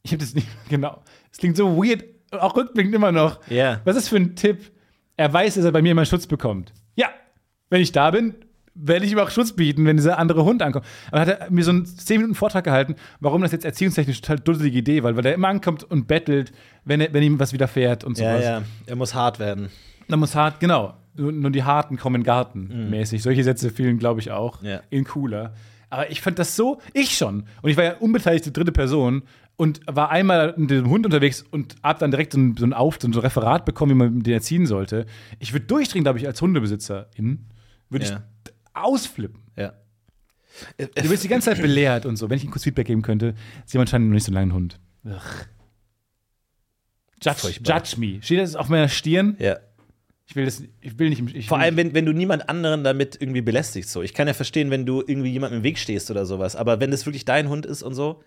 S2: Ich habe das nicht *laughs* genau. Es klingt so weird, auch rückblickend immer noch.
S1: Ja.
S2: Was ist für ein Tipp? Er weiß, dass er bei mir immer Schutz bekommt. Ja, wenn ich da bin, werde ich ihm auch Schutz bieten, wenn dieser andere Hund ankommt. Aber hat er mir so einen 10 Minuten Vortrag gehalten, warum das jetzt erziehungstechnisch total dusselige Idee war, weil der immer ankommt und bettelt, wenn, er, wenn ihm was widerfährt und sowas.
S1: ja, ja. Er muss hart werden.
S2: Man muss hart, genau. Nur, nur die Harten kommen in den Garten mäßig. Solche Sätze fielen, glaube ich, auch
S1: Mhm. Ja.
S2: in cooler. Aber ich fand das so, ich schon. Und ich war ja unbeteiligte dritte Person und war einmal mit dem Hund unterwegs und hab dann direkt so ein, so ein Auf, so ein Referat bekommen, wie man den erziehen sollte. Ich würde durchdrehen, glaube ich, als Hundebesitzerin, würde
S1: Ja.
S2: ich ausflippen.
S1: Ja. Äh,
S2: Du wirst die ganze Zeit belehrt und so. Wenn ich ihnen kurz Feedback geben könnte, sie haben anscheinend noch nicht so einen langen Hund. Ugh. Judge,
S1: Furchtbar.
S2: judge me. Steht das auf meiner Stirn?
S1: Ja.
S2: Ich will das, ich will nicht, im- ich
S1: Vor
S2: will
S1: allem, wenn, wenn du niemand anderen damit irgendwie belästigst. So. Ich kann ja verstehen, wenn du irgendwie jemandem im Weg stehst oder sowas. Aber wenn das wirklich dein Hund ist und so,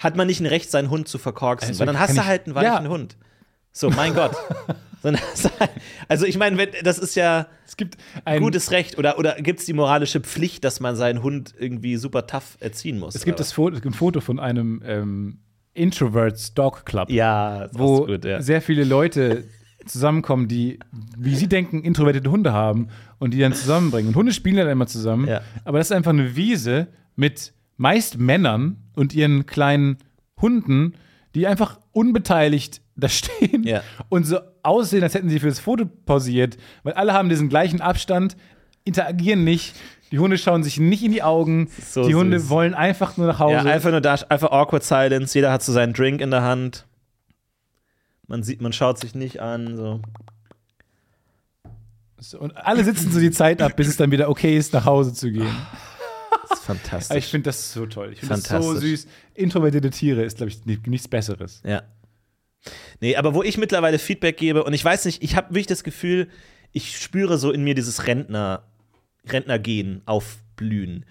S1: hat man nicht ein Recht, seinen Hund zu verkorksen.
S2: Also,
S1: weil dann
S2: kann
S1: hast du
S2: ich-
S1: halt einen weichen
S2: Ja.
S1: Hund. So, mein *laughs* Gott. Dann hast du halt- also, ich meine, wenn- das ist ja
S2: Es gibt ein,
S1: gutes Recht. Oder, oder gibt es die moralische Pflicht, dass man seinen Hund irgendwie super tough erziehen muss?
S2: es gibt
S1: oder
S2: das Foto, es gibt ein Foto von einem ähm, Introverts Dog Club,
S1: was? Ja, das
S2: wo
S1: ist gut, ja.
S2: sehr viele Leute zusammenkommen, die, wie sie denken, introvertierte Hunde haben und die dann zusammenbringen. Und Hunde spielen dann immer zusammen,
S1: Ja.
S2: aber das ist einfach eine Wiese mit meist Männern und ihren kleinen Hunden, die einfach unbeteiligt da stehen
S1: Ja.
S2: und so aussehen, als hätten sie für das Foto pausiert, weil alle haben diesen gleichen Abstand. interagieren nicht. Die Hunde schauen sich nicht in die Augen.
S1: So
S2: die Hunde
S1: süß.
S2: wollen einfach nur nach Hause.
S1: Ja, einfach nur da, einfach awkward silence. Jeder hat so seinen Drink in der Hand. Man sieht, man schaut sich nicht an. So.
S2: So, Und alle sitzen so die Zeit ab, bis es dann wieder okay ist, nach Hause zu gehen. Ah,
S1: Das ist
S2: Aber ich
S1: fantastisch.
S2: finde das so toll. Ich finde das so
S1: Fantastisch.
S2: süß. Introvertierte Tiere ist, glaube ich, ni- nichts Besseres.
S1: ja. Nee, aber wo ich mittlerweile Feedback gebe und ich weiß nicht, ich habe wirklich das Gefühl, ich spüre so in mir dieses Rentner, Rentnergehen aufblühen.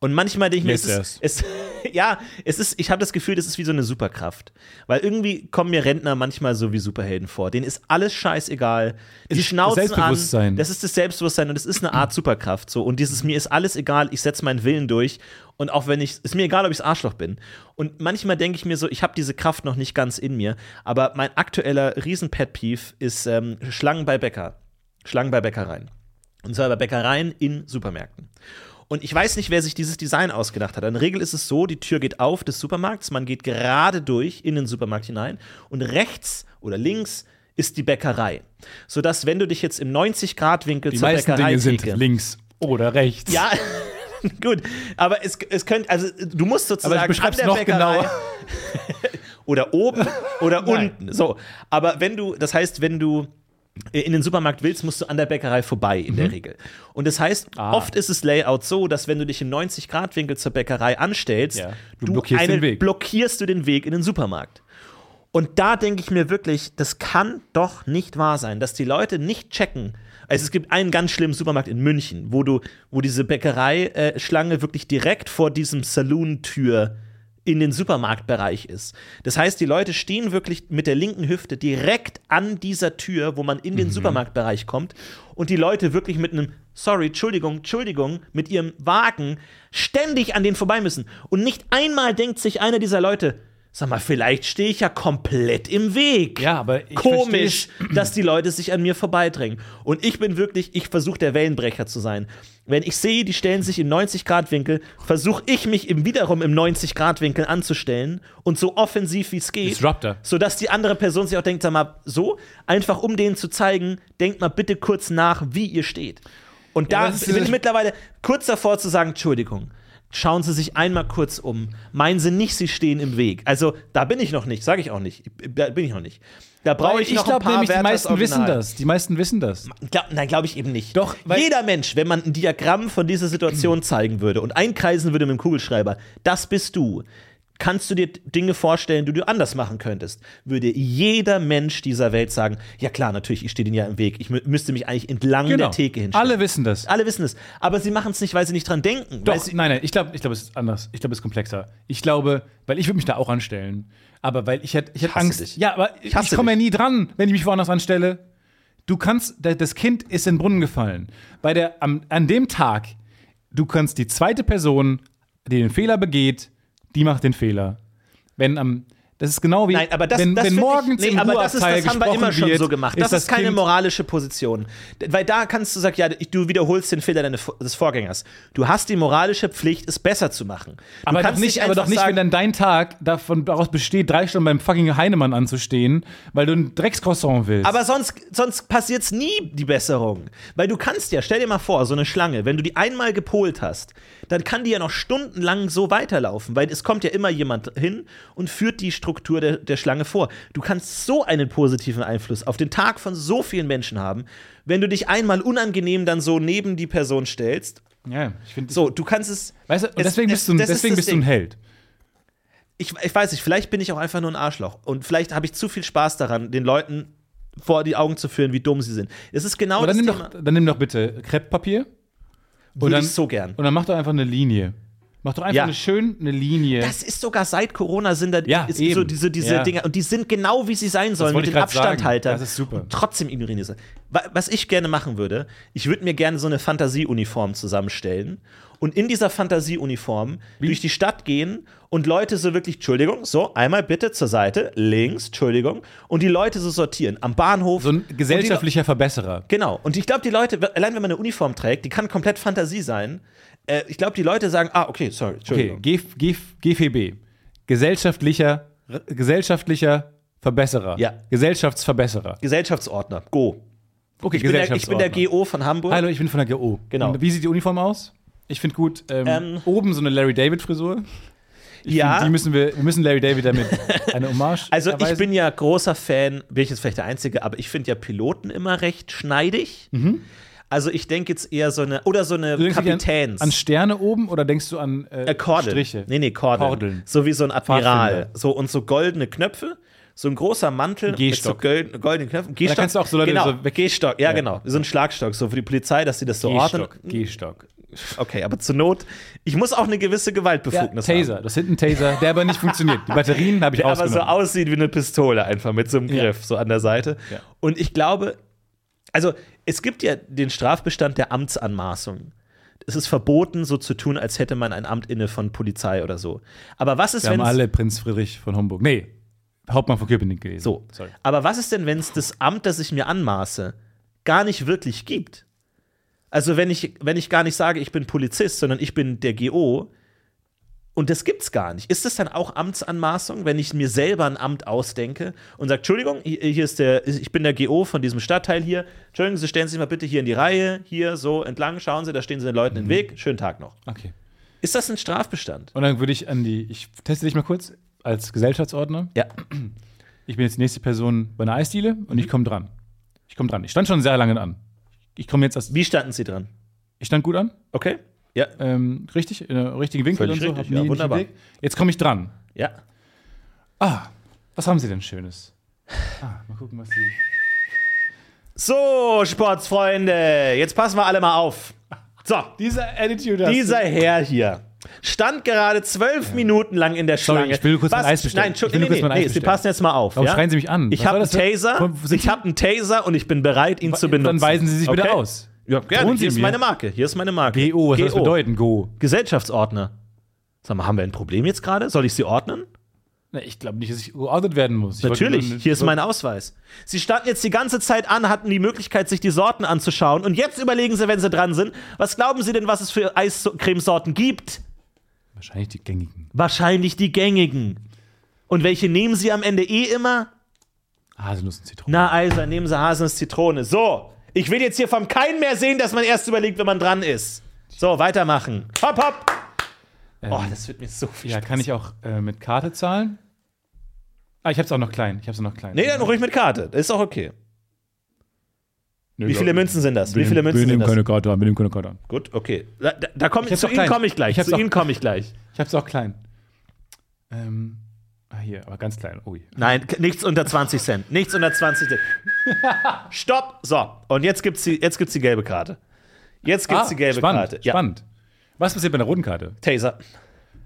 S1: Und manchmal denke ich mir,
S2: Jetzt
S1: es ist, es, *laughs* ja, es ist, ich habe das Gefühl, das ist wie so eine Superkraft. Weil irgendwie kommen mir Rentner manchmal so wie Superhelden vor. Denen ist alles scheißegal. Die
S2: Ist
S1: schnauzen
S2: Selbstbewusstsein.
S1: an. Das ist das Selbstbewusstsein und es ist eine Art Superkraft. So. Und dieses mir ist alles egal, ich setze meinen Willen durch. Und auch wenn ich, ist mir egal, ob ich Arschloch bin. Und manchmal denke ich mir so, ich habe diese Kraft noch nicht ganz in mir. Aber mein aktueller Riesen-Pet-Peeve ist ähm, Schlangen bei Bäcker. Schlangen bei Bäckereien. Und zwar bei Bäckereien in Supermärkten. Und ich weiß nicht, wer sich dieses Design ausgedacht hat. In der Regel ist es so, die Tür geht auf des Supermarkts, man geht gerade durch in den Supermarkt hinein und rechts oder links ist die Bäckerei. Sodass, wenn du dich jetzt im 90-Grad-Winkel
S2: Die
S1: zur
S2: meisten
S1: Bäckerei
S2: Dinge sind links oder rechts.
S1: Ja, *laughs* gut. Aber es, es könnte, also du musst sozusagen.
S2: Aber ich beschreib's
S1: an der
S2: noch
S1: Bäckerei-
S2: genauer.
S1: oder
S2: *laughs*
S1: oben oder
S2: Nein.
S1: unten. So, aber wenn du, das heißt, wenn du äh, in den Supermarkt willst, musst du an der Bäckerei vorbei in
S2: Mhm.
S1: der Regel. Und das heißt,
S2: Ah.
S1: oft ist es Layout so, dass wenn du dich im 90-Grad-Winkel zur Bäckerei anstellst,
S2: Ja.
S1: du,
S2: Du blockierst
S1: eine,
S2: den Weg.
S1: blockierst du den Weg in den Supermarkt. Und da denke ich mir wirklich, das kann doch nicht wahr sein, dass die Leute nicht checken. Also es gibt einen ganz schlimmen Supermarkt in München, wo du, wo diese Bäckereischlange äh, Schlange wirklich direkt vor diesem Saloon-Tür in den Supermarktbereich ist. Das heißt, die Leute stehen wirklich mit der linken Hüfte direkt an dieser Tür, wo man in den Supermarktbereich kommt und die Leute wirklich mit einem Sorry, Entschuldigung, Entschuldigung, mit ihrem Wagen ständig an denen vorbei müssen. Und nicht einmal denkt sich einer dieser Leute, sag mal, vielleicht stehe ich ja komplett im Weg.
S2: Ja, aber ich
S1: Komisch, dass die Leute sich an mir vorbeidrängen. Und ich bin wirklich, ich versuche der Wellenbrecher zu sein. Wenn ich sehe, die stellen sich im 90-Grad-Winkel, versuche ich mich im, wiederum im 90-Grad-Winkel anzustellen und so offensiv wie es geht.
S2: Disruptor.
S1: Sodass die andere Person sich auch denkt, sag mal, so, einfach um denen zu zeigen, denkt mal bitte kurz nach, wie ihr steht. Und
S2: Ja,
S1: da
S2: das ist
S1: bin ich
S2: dieses-
S1: mittlerweile kurz davor zu sagen, Entschuldigung, schauen Sie sich einmal kurz um. Meinen Sie nicht, Sie stehen im Weg. Also da bin ich noch nicht, sage ich auch nicht. Da bin ich noch nicht. Da brauche ich,
S2: ich
S1: noch ein
S2: glaube
S1: paar
S2: nämlich, die
S1: Werte
S2: meisten
S1: aus
S2: wissen
S1: Original.
S2: das. Die meisten wissen das.
S1: Glaub, nein, glaube ich eben nicht.
S2: Doch, weil-
S1: jeder Mensch, wenn man ein Diagramm von dieser
S2: *clears throat*
S1: Situation zeigen würde und einkreisen würde mit dem Kugelschreiber, das bist du. Kannst du dir Dinge vorstellen, die du anders machen könntest? Würde jeder Mensch dieser Welt sagen: Ja, klar, natürlich, ich stehe denen ja im Weg. Ich mü müsste mich eigentlich entlang der Theke hinstellen.
S2: Genau. Alle wissen das.
S1: Alle wissen es. Aber sie machen es nicht, weil sie nicht dran denken.
S2: Doch,
S1: Weil sie,
S2: nein, nein, ich glaube, ich glaub, es ist anders. Ich glaube, es ist komplexer. Ich glaube, weil ich würde mich da auch anstellen. Aber weil ich hätte ich hätt
S1: hasse
S2: Angst.
S1: dich.
S2: Ja, aber ich,
S1: hasse
S2: komme ja nie dran, wenn ich mich woanders anstelle. Du kannst, da- das Kind ist in den Brunnen gefallen. Bei der, am, an dem Tag, du kannst die zweite Person, die den Fehler begeht, die macht den Fehler. Wenn am, das ist genau wie,
S1: nein, aber das,
S2: wenn,
S1: das
S2: wenn
S1: find
S2: morgens
S1: ich,
S2: im
S1: aber das, ist,
S2: Ruhrabteil
S1: das haben wir
S2: gesprochen
S1: immer schon
S2: wird,
S1: so gemacht. Das ist, keine
S2: kind,
S1: moralische Position. D- Weil da kannst du sagen, ja, ich, du wiederholst den Fehler deines, Vor- des Vorgängers. Du hast die moralische Pflicht, es besser zu machen. Du
S2: Aber doch
S1: kannst
S2: nicht, aber doch
S1: einfach
S2: nicht,
S1: sagen,
S2: wenn dann dein Tag davon daraus besteht, drei Stunden beim fucking Heinemann anzustehen, weil du ein Dreckscroissant willst.
S1: Aber sonst, sonst passiert es nie die Besserung. Weil du kannst ja, stell dir mal vor, so eine Schlange, wenn du die einmal gepolt hast, dann kann die ja noch stundenlang so weiterlaufen, weil es kommt ja immer jemand hin und führt die Struktur der, der Schlange vor. Du kannst so einen positiven Einfluss auf den Tag von so vielen Menschen haben, wenn du dich einmal unangenehm dann so neben die Person stellst.
S2: ja, ich finde
S1: So, du kannst es.
S2: Weißt du, und
S1: es-
S2: deswegen
S1: es-
S2: bist, du, ein-
S1: das ist
S2: deswegen
S1: das
S2: bist du ein
S1: Ding. Genau
S2: Held.
S1: ich, ich weiß nicht, vielleicht bin ich auch einfach nur ein Arschloch. Und vielleicht habe ich zu viel Spaß daran, den Leuten vor die Augen zu führen, wie dumm sie sind. Es ist genau
S2: Aber
S1: das
S2: dann nimm,
S1: Thema.
S2: doch, dann nimm doch bitte Krepppapier und
S1: Würde
S2: dann,
S1: ich so gern.
S2: und dann mach doch einfach eine Linie. Mach doch einfach
S1: Ja.
S2: eine schön eine Linie.
S1: Das ist sogar seit Corona sind da
S2: Ja,
S1: ist so
S2: eben.
S1: diese, diese
S2: Ja.
S1: Dinger und die sind genau wie sie sein sollen mit
S2: wollte ich
S1: den
S2: grad sagen.
S1: Abstandhaltern.
S2: Das ist super.
S1: Und trotzdem ignorieren diese. Wa- Was ich gerne machen würde, ich würde mir gerne so eine Fantasieuniform zusammenstellen und in dieser Fantasieuniform durch die Stadt gehen und Leute so wirklich, Entschuldigung, so einmal bitte zur Seite, links, Entschuldigung, und die Leute so sortieren am Bahnhof.
S2: so ein
S1: Und die Leute-
S2: gesellschaftlicher Verbesserer.
S1: Genau. Und ich glaube, die Leute, allein wenn man eine Uniform trägt, die kann komplett Fantasie sein. Äh, ich glaube, die Leute sagen, ah, okay, sorry,
S2: Okay,
S1: Entschuldigung.
S2: G, G, GVB. Gesellschaftlicher, gesellschaftlicher Verbesserer.
S1: Ja.
S2: Gesellschaftsverbesserer.
S1: Gesellschaftsordner, go.
S2: Okay,
S1: Ich bin, der, ich bin der
S2: Gesellschaftsordnung.
S1: GO von Hamburg.
S2: Hallo, ich bin von der GO.
S1: Genau.
S2: Und wie sieht die Uniform aus? Ich finde gut, ähm,
S1: Ähm.
S2: oben so eine Larry David-Frisur. Ich
S1: Ja.
S2: find, Die müssen wir, wir müssen Larry David
S1: *laughs*
S2: damit eine Hommage
S1: Also ich
S2: erweisen.
S1: bin ja großer Fan, bin ich jetzt vielleicht der Einzige, aber ich finde ja Piloten immer recht schneidig. Also ich denke jetzt eher so eine, oder so eine
S2: Mhm. Du denkst wirklich
S1: Kapitäns.
S2: An, an Sterne oben oder denkst du an äh,
S1: äh, Kordeln.
S2: Striche?
S1: Nee, nee, Kordeln.
S2: Kordeln.
S1: So wie so ein Admiral.
S2: Pfadfinder.
S1: So, und so goldene Knöpfe. So ein großer Mantel mit so
S2: Gehstock.
S1: gold- goldenen Knöpfen. Gehstock.
S2: kannst du auch so Leute
S1: genau,
S2: so weg-
S1: Gehstock, ja,
S2: Ja.
S1: genau. So ein Schlagstock, so für die Polizei, dass sie das so ordnen.
S2: Gehstock. Gehstock.
S1: Okay, aber zur Not, ich muss auch eine gewisse
S2: Ja,
S1: Gewaltbefugnis haben.
S2: Taser. Das ist hinten ein Taser, der aber nicht funktioniert. Die Batterien habe ich
S1: der aber so
S2: rausgenommen.
S1: aussieht wie eine Pistole einfach mit so einem
S2: Ja.
S1: Griff so an der Seite.
S2: Ja.
S1: Und ich glaube, also es gibt ja den Strafbestand der Amtsanmaßung. Es ist verboten, so zu tun, als hätte man ein Amt inne von Polizei oder so. Aber was ist,
S2: Wir haben
S1: wenn es
S2: alle Prinz Friedrich von Homburg. Nee, Hauptmann von Köpenick gelesen.
S1: so?
S2: Sorry.
S1: Aber was ist denn, wenn es das Amt, das ich mir anmaße, gar nicht wirklich gibt? Also wenn ich wenn ich gar nicht sage, ich bin Polizist, sondern ich bin der GO und das gibt's gar nicht. Ist das dann auch Amtsanmaßung, wenn ich mir selber ein Amt ausdenke und sage, Entschuldigung, hier hier ist der, ich bin der GO von diesem Stadtteil hier. Entschuldigung, Sie stellen sich mal bitte hier in die Reihe, hier so entlang, schauen Sie, da stehen Sie den Leuten im Weg. Schönen Tag noch.
S2: Okay.
S1: Ist das ein Strafbestand?
S2: Und dann würde ich an die, ich teste dich mal kurz als Gesellschaftsordner.
S1: Ja.
S2: Ich bin jetzt die nächste Person bei einer Eisdiele und
S1: Mhm.
S2: ich komme dran. Ich komme dran. Ich stand schon sehr lange an. Ich komme jetzt als,
S1: Wie standen Sie dran?
S2: ich stand gut an,
S1: Okay. Ja.
S2: ähm, richtig, in einem richtigen Winkel
S1: Völlig
S2: und so.
S1: richtig,
S2: hab
S1: ja,
S2: nie- nie
S1: wunderbar.
S2: Weg. Jetzt komme ich dran.
S1: Ja.
S2: Ah, was haben Sie denn Schönes? Ah, mal gucken, was Sie.
S1: So, Sportsfreunde, jetzt passen wir alle mal auf. So,
S2: Dieser Attitude.
S1: dieser Herr hier stand gerade zwölf Minuten lang in der
S2: Sorry,
S1: Schlange.
S2: ich will nur kurz mein Eis bestellen.
S1: Nein, Entschuldigung,
S2: Ich will nur
S1: nee,
S2: kurz mein Eis
S1: nee, nee, Sie
S2: bestellen.
S1: passen jetzt mal auf.
S2: Warum
S1: ja?
S2: schreien Sie mich an?
S1: Ich
S2: Was
S1: habe
S2: war
S1: einen
S2: das für-
S1: Taser,
S2: Von- sind
S1: ich
S2: Sie-
S1: habe einen Taser und ich bin bereit, ihn zu benutzen.
S2: Dann weisen Sie sich bitte
S1: Okay?
S2: aus.
S1: Ja, gerne.
S2: Drohen Sie
S1: Hier ist
S2: mir.
S1: meine Marke. Hier ist meine Marke.
S2: GO, was soll das bedeuten? Go.
S1: Gesellschaftsordner. Sag mal, haben wir ein Problem jetzt gerade? Soll ich sie ordnen?
S2: Na, ich glaube nicht, dass ich geordnet werden muss. Ich wollte nur
S1: Natürlich,
S2: eine-
S1: hier ist mein Ausweis. Sie standen jetzt die ganze Zeit an, hatten die Möglichkeit, sich die Sorten anzuschauen. Und jetzt überlegen Sie, wenn Sie dran sind, was glauben Sie denn, was es für Eiscremesorten gibt?
S2: Wahrscheinlich die gängigen.
S1: Wahrscheinlich die gängigen. Und welche nehmen Sie am Ende eh immer?
S2: Haselnuss und Zitronen.
S1: Na, Eiser, nehmen Sie Haselnuss Zitrone. So, ich will jetzt hier vom Kein mehr sehen, dass man erst überlegt, wenn man dran ist. So, weitermachen. Hopp, hopp. Oh, das wird mir so viel
S2: ja,
S1: Spaß.
S2: kann ich auch äh, mit Karte zahlen? Ah, ich hab's auch noch klein. Ich hab's auch noch klein.
S1: Nee, dann ruhig mit Karte. Das ist auch okay.
S2: Nee,
S1: Wie
S2: glaub-
S1: viele Münzen sind das?
S2: Wir
S1: Wie viele
S2: nehmen- Wir
S1: Münzen sind
S2: nehmen
S1: das?
S2: keine Karte an, wir nehmen keine Karte an.
S1: Gut, okay. Da, da, da komm,
S2: hab's
S1: zu
S2: doch
S1: Ihnen
S2: klein.
S1: komme ich gleich.
S2: Ich hab's
S1: Zu
S2: doch-
S1: Ihnen komme ich gleich.
S2: Ich hab's auch klein. Ähm, ah, hier, aber ganz klein. Ui.
S1: Nein, k- nichts unter 20 Cent. Nichts unter 20
S2: *laughs*
S1: Cent. Stopp! So, und jetzt gibt's die, jetzt gibt's die gelbe Karte. Jetzt gibt's
S2: Ah,
S1: die gelbe
S2: spannend,
S1: Karte. Ja,
S2: Spannend. Was passiert bei einer roten Karte?
S1: Taser. *laughs*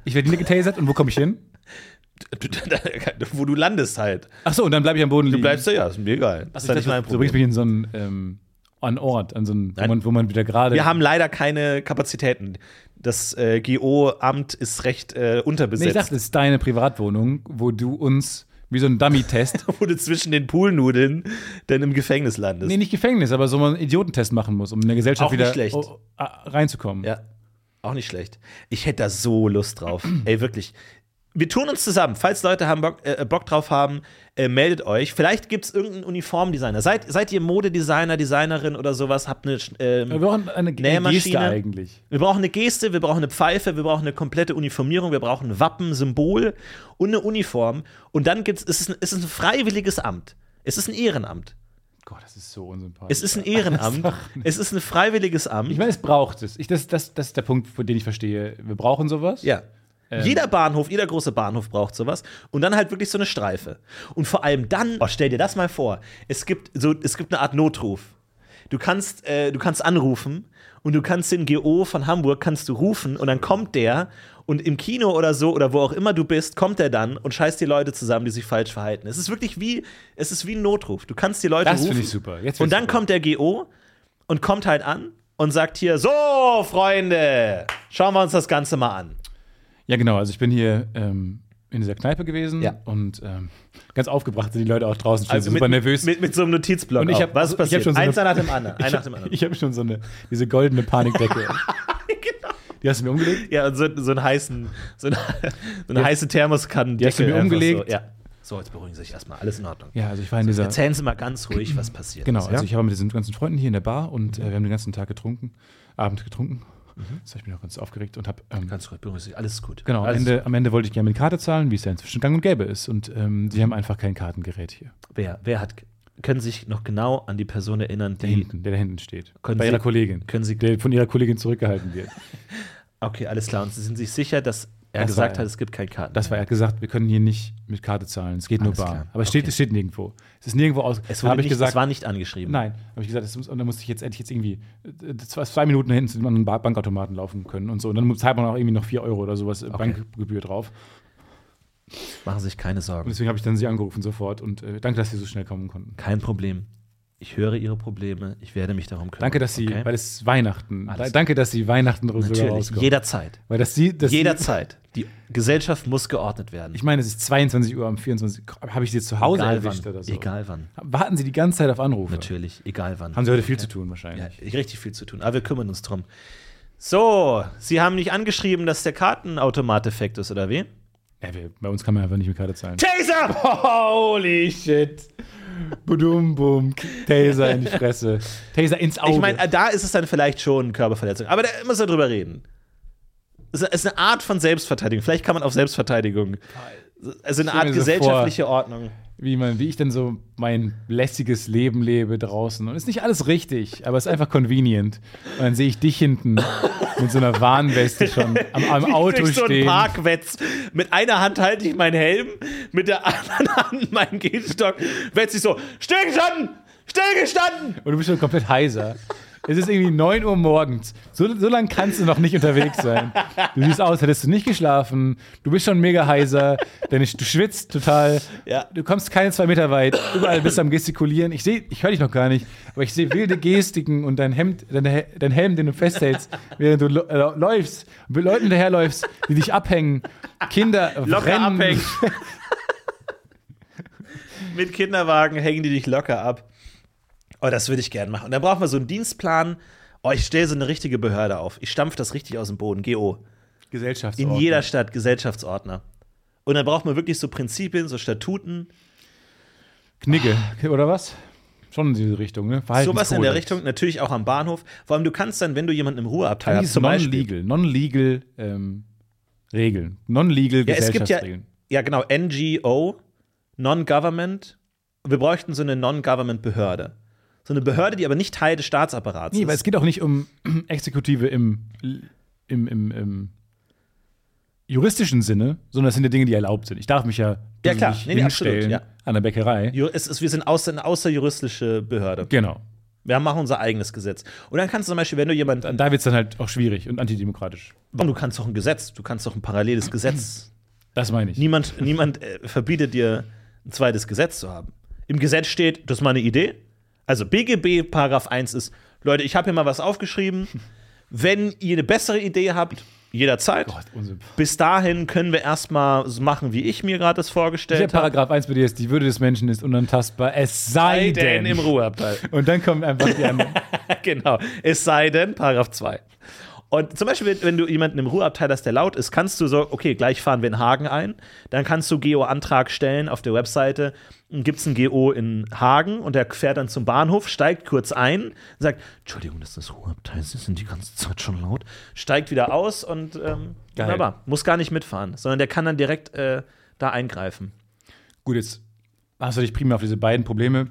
S2: Ich werde hier getasert und wo komme ich hin?
S1: Du- da- da- Wo du landest halt.
S2: Ach so, und dann bleibe ich am Boden liegen.
S1: Du bleibst da ja, ist mir egal. Das ist ja nicht mein
S2: Du
S1: Problem.
S2: bringst mich in so einen ähm, an Ort, an so einen, wo
S1: Nein.
S2: man, wo man wieder gerade.
S1: Wir haben leider keine Kapazitäten. Das äh, GO-Amt ist recht äh,
S2: nee, ich
S1: unterbesetzt. *laughs*
S2: dachte, es ist deine Privatwohnung, wo du uns wie so
S1: *laughs*
S2: ein Dummy-Test,
S1: wo du zwischen den Poolnudeln dann im Gefängnis landest.
S2: nee, nicht Gefängnis, aber so einen Idiotentest machen musst, um in der Gesellschaft
S1: Auch
S2: wieder
S1: nicht schlecht.
S2: oh, ah, reinzukommen.
S1: Ja, auch nicht schlecht. Ich hätte da so Lust drauf. *clears throat* Ey, wirklich. Wir tun uns zusammen. Falls Leute haben Bock, äh, Bock drauf haben, äh, meldet euch. Vielleicht gibt es irgendeinen Uniformdesigner. Seid, seid ihr Modedesigner, Designerin oder sowas? Habt eine. Ähm,
S2: Wir brauchen eine G-
S1: Nähmaschine.
S2: Geste eigentlich.
S1: wir brauchen eine Geste, wir brauchen eine Pfeife, wir brauchen eine komplette Uniformierung, wir brauchen ein Wappen, Symbol und eine Uniform. Und dann gibt's, es ist ein, es ist ein freiwilliges Amt. Es ist ein Ehrenamt.
S2: Gott, das ist so unsympathisch.
S1: Es ist
S2: *laughs*
S1: ein Ehrenamt. es ist ein freiwilliges Amt.
S2: ich meine, es braucht es. Ich, das, das, das ist der Punkt, von dem ich verstehe. Wir brauchen sowas.
S1: Ja.
S2: Ähm.
S1: jeder Bahnhof, jeder große Bahnhof braucht sowas. Und dann halt wirklich so eine Streife. Und vor allem dann, oh, stell dir das mal vor, es gibt, so, es gibt eine Art Notruf. Du kannst, äh, du kannst anrufen und du kannst den GO von Hamburg kannst du rufen und dann kommt der und im Kino oder so oder wo auch immer du bist, kommt er dann und scheißt die Leute zusammen, die sich falsch verhalten. Es ist wirklich wie, es ist wie ein Notruf. Du kannst die Leute
S2: Das
S1: rufen.
S2: finde ich super. Jetzt
S1: Und
S2: find's
S1: dann
S2: super.
S1: kommt der GO und kommt halt an und sagt hier, so, Freunde, schauen wir uns das Ganze mal an.
S2: Ja, genau. Also ich bin hier ähm, in dieser Kneipe gewesen
S1: Ja.
S2: und ähm, ganz aufgebracht sind die Leute auch draußen, stehen
S1: Also
S2: super
S1: mit,
S2: nervös.
S1: Mit, mit so einem Notizblock.
S2: Und ich
S1: auch.
S2: hab-
S1: Was
S2: ich
S1: ist
S2: hab
S1: passiert?
S2: schon so eine-
S1: Eins nach
S2: *laughs*
S1: dem anderen. Ein nach dem anderen.
S2: ich habe schon so eine, diese goldene Panikdecke. Die hast du mir umgelegt?
S1: Ja, und so, so einen heißen, so eine, so eine heiße Thermoskanne.
S2: Die hast du mir umgelegt.
S1: So, ja. So, jetzt beruhigen Sie sich erstmal. Alles in Ordnung.
S2: Ja, also ich war in dieser.
S1: Erzählen Sie mal ganz ruhig, was passiert
S2: Genau,
S1: ist.
S2: also
S1: ja?
S2: ich war mit diesen ganzen Freunden hier in der Bar und äh, wir haben den ganzen Tag getrunken, Abend getrunken. Das habe ich mich noch ganz aufgeregt und habe. Ähm,
S1: Ganz ruhig, beruhigen Sie sich. Alles ist gut. Also
S2: genau, am
S1: Alles
S2: Ende, am Ende wollte ich gerne mit Karte zahlen, wie es ja inzwischen gang und gäbe ist. Und ähm, sie haben einfach kein Kartengerät hier.
S1: Wer, wer hat, können Sie sich noch genau an die Person erinnern,
S2: Der
S1: die.
S2: hinten, der da hinten steht.
S1: Können
S2: bei
S1: Sie-
S2: ihrer Kollegin.
S1: können Sie-
S2: der von ihrer Kollegin zurückgehalten wird.
S1: Okay, alles klar. Und Sie sind sich sicher, dass er
S2: Das
S1: gesagt
S2: war er.
S1: hat, es gibt keinen Karten.
S2: Das war, er hat gesagt, wir können hier nicht mit Karte zahlen. Es geht
S1: Alles
S2: nur bar.
S1: klar.
S2: Aber es steht,
S1: Okay.
S2: es steht nirgendwo. Es ist nirgendwo aus.
S1: es
S2: Da
S1: wurde
S2: habe ich
S1: nicht,
S2: gesagt,
S1: es war nicht angeschrieben.
S2: Nein, habe ich gesagt, das muss, und dann musste ich jetzt endlich jetzt irgendwie äh, zwei, zwei Minuten hin zu dem anderen Ba- Bankautomaten laufen können und so. Und dann zahlt man auch irgendwie noch 4 Euro oder sowas äh, Bankgebühr drauf.
S1: Machen Sie sich keine
S2: Und
S1: Sorgen.
S2: deswegen habe ich dann sie angerufen sofort und äh, danke, dass sie so schnell kommen konnten.
S1: Kein Problem. Ich höre Ihre Probleme. Ich werde mich darum kümmern.
S2: Danke, dass sie,
S1: Okay?
S2: weil es ist Weihnachten.
S1: Alles
S2: Da, danke, dass sie Weihnachten sogar
S1: Natürlich,
S2: rauskommen.
S1: jederzeit.
S2: weil dass sie, dass sie,
S1: Jederzeit. Die Gesellschaft muss geordnet werden.
S2: ich meine, es ist 22 Uhr am 24. Habe ich sie zu Hause
S1: egal
S2: erwischt
S1: wann.
S2: oder so?
S1: Egal wann.
S2: Warten sie die ganze Zeit auf Anrufe.
S1: Natürlich, egal wann.
S2: Haben sie heute viel zu tun wahrscheinlich.
S1: ja, richtig viel zu tun, aber wir kümmern uns drum. So, Sie haben nicht angeschrieben, dass der Kartenautomat defekt ist, oder wie?
S2: Ja, wir, bei uns kann man einfach nicht mit Karte zahlen.
S1: Taser!
S2: Holy shit. Budum bum.
S1: *laughs*
S2: Taser in die Fresse. Taser ins Auge.
S1: *laughs* Ich meine, da ist es dann vielleicht schon Körperverletzung, aber da muss man drüber reden. Es ist eine Art von Selbstverteidigung. Vielleicht kann man auf Selbstverteidigung. Also eine
S2: Stell mir
S1: Art
S2: so
S1: gesellschaftliche Ordnung.
S2: wie, man, wie ich denn so mein lässiges Leben lebe draußen. Und es ist nicht alles richtig, aber es ist einfach convenient. Und dann sehe ich dich hinten mit so einer Warnweste schon am, am Auto
S1: Durch so einen
S2: stehen.
S1: Parkwetz. Mit einer Hand halte ich meinen Helm, mit der anderen Hand meinen Gehstock. Wetz ich so, stillgestanden! Stillgestanden!
S2: Und du bist schon komplett heiser. Es ist irgendwie 9 Uhr morgens. So, so lange kannst du noch nicht unterwegs sein. Du siehst aus, hättest du nicht geschlafen. Du bist schon mega heiser. Deine, du schwitzt total.
S1: Ja.
S2: Du kommst keine zwei Meter weit. Überall bist du am Gestikulieren. Ich sehe, ich höre dich noch gar nicht, aber ich sehe wilde Gestiken und dein Hemd, dein, He- dein Helm, den du festhältst, während du lo- äh, läufst, mit Leuten hinterherläufst, die dich abhängen. Kinder
S1: Locker
S2: rennen.
S1: abhängen. *laughs* Mit Kinderwagen hängen die dich locker ab. Oh, das würde ich gern machen. Und dann brauchen wir so einen Dienstplan. Oh, ich stelle so eine richtige Behörde auf. Ich stampf das richtig aus dem Boden. GO. In
S2: Gesellschaftsordnung.
S1: jeder Stadt Gesellschaftsordner. Und dann braucht man wirklich so Prinzipien, so Statuten,
S2: Knigge, oder was? Schon in diese Richtung, ne?
S1: sowas in der
S2: Verhaltenskodex.
S1: Richtung, natürlich auch am Bahnhof. Vor allem, du kannst dann, wenn du jemanden im Ruheabteil
S2: Eigentlich
S1: hast, zum Beispiel.
S2: non-legal, non-legal ähm, Regeln, non-legal
S1: Ja, es gibt ja,
S2: Gesellschaftsregeln.
S1: ja, genau, NGO, Non-Government. Wir bräuchten so eine Non-Government-Behörde. So eine Behörde, die aber nicht Teil des Staatsapparats
S2: nee,
S1: ist.
S2: weil es geht auch nicht um *clears throat* Exekutive im, im, im, im juristischen Sinne, sondern es sind ja Dinge, die erlaubt sind. Ich darf mich ja,
S1: Ja, klar.
S2: nicht
S1: Nee, nee, absolut,
S2: hinstellen
S1: ja.
S2: an der Bäckerei.
S1: Ju- Es ist, wir sind außer, eine außerjuristische Behörde.
S2: Genau.
S1: Wir machen unser eigenes Gesetz. Und dann kannst du zum Beispiel, wenn du jemanden.
S2: Da wird es dann halt auch schwierig und antidemokratisch.
S1: Du kannst doch ein Gesetz, du kannst doch ein paralleles Gesetz.
S2: Das meine ich.
S1: Niemand, niemand äh, verbietet dir, ein zweites Gesetz zu haben. Im Gesetz steht, das ist meine Idee. Also BGB, Paragraph 1 ist, Leute, ich habe hier mal was aufgeschrieben. Wenn ihr eine bessere Idee habt, jederzeit.
S2: Gott, unsympathisch.
S1: Bis dahin können wir erstmal so machen, wie ich mir gerade das
S2: Der
S1: vorgestellt habe.
S2: Paragraph 1 bei dir ist, die Würde des Menschen ist unantastbar, es sei denn.
S1: im Ruheabteil.
S2: und dann kommen einfach die anderen.
S1: *laughs* genau. Es sei denn, Paragraph 2. Und zum Beispiel, wenn- wenn du jemanden im Ruheabteil hast, der laut ist, kannst du so, okay, gleich fahren wir in Hagen ein. Dann kannst du GO-Antrag stellen auf der Webseite. Gibt es einen GO in Hagen und der fährt dann zum Bahnhof, steigt kurz ein, sagt: Entschuldigung, das ist das Ruheabteil, Sie sind die ganze Zeit schon laut. Steigt wieder aus und ähm,
S2: Geil.
S1: wunderbar. Muss gar nicht mitfahren, sondern der kann dann direkt äh, da eingreifen.
S2: *laughs* Gut, jetzt hast du dich primär auf diese beiden Probleme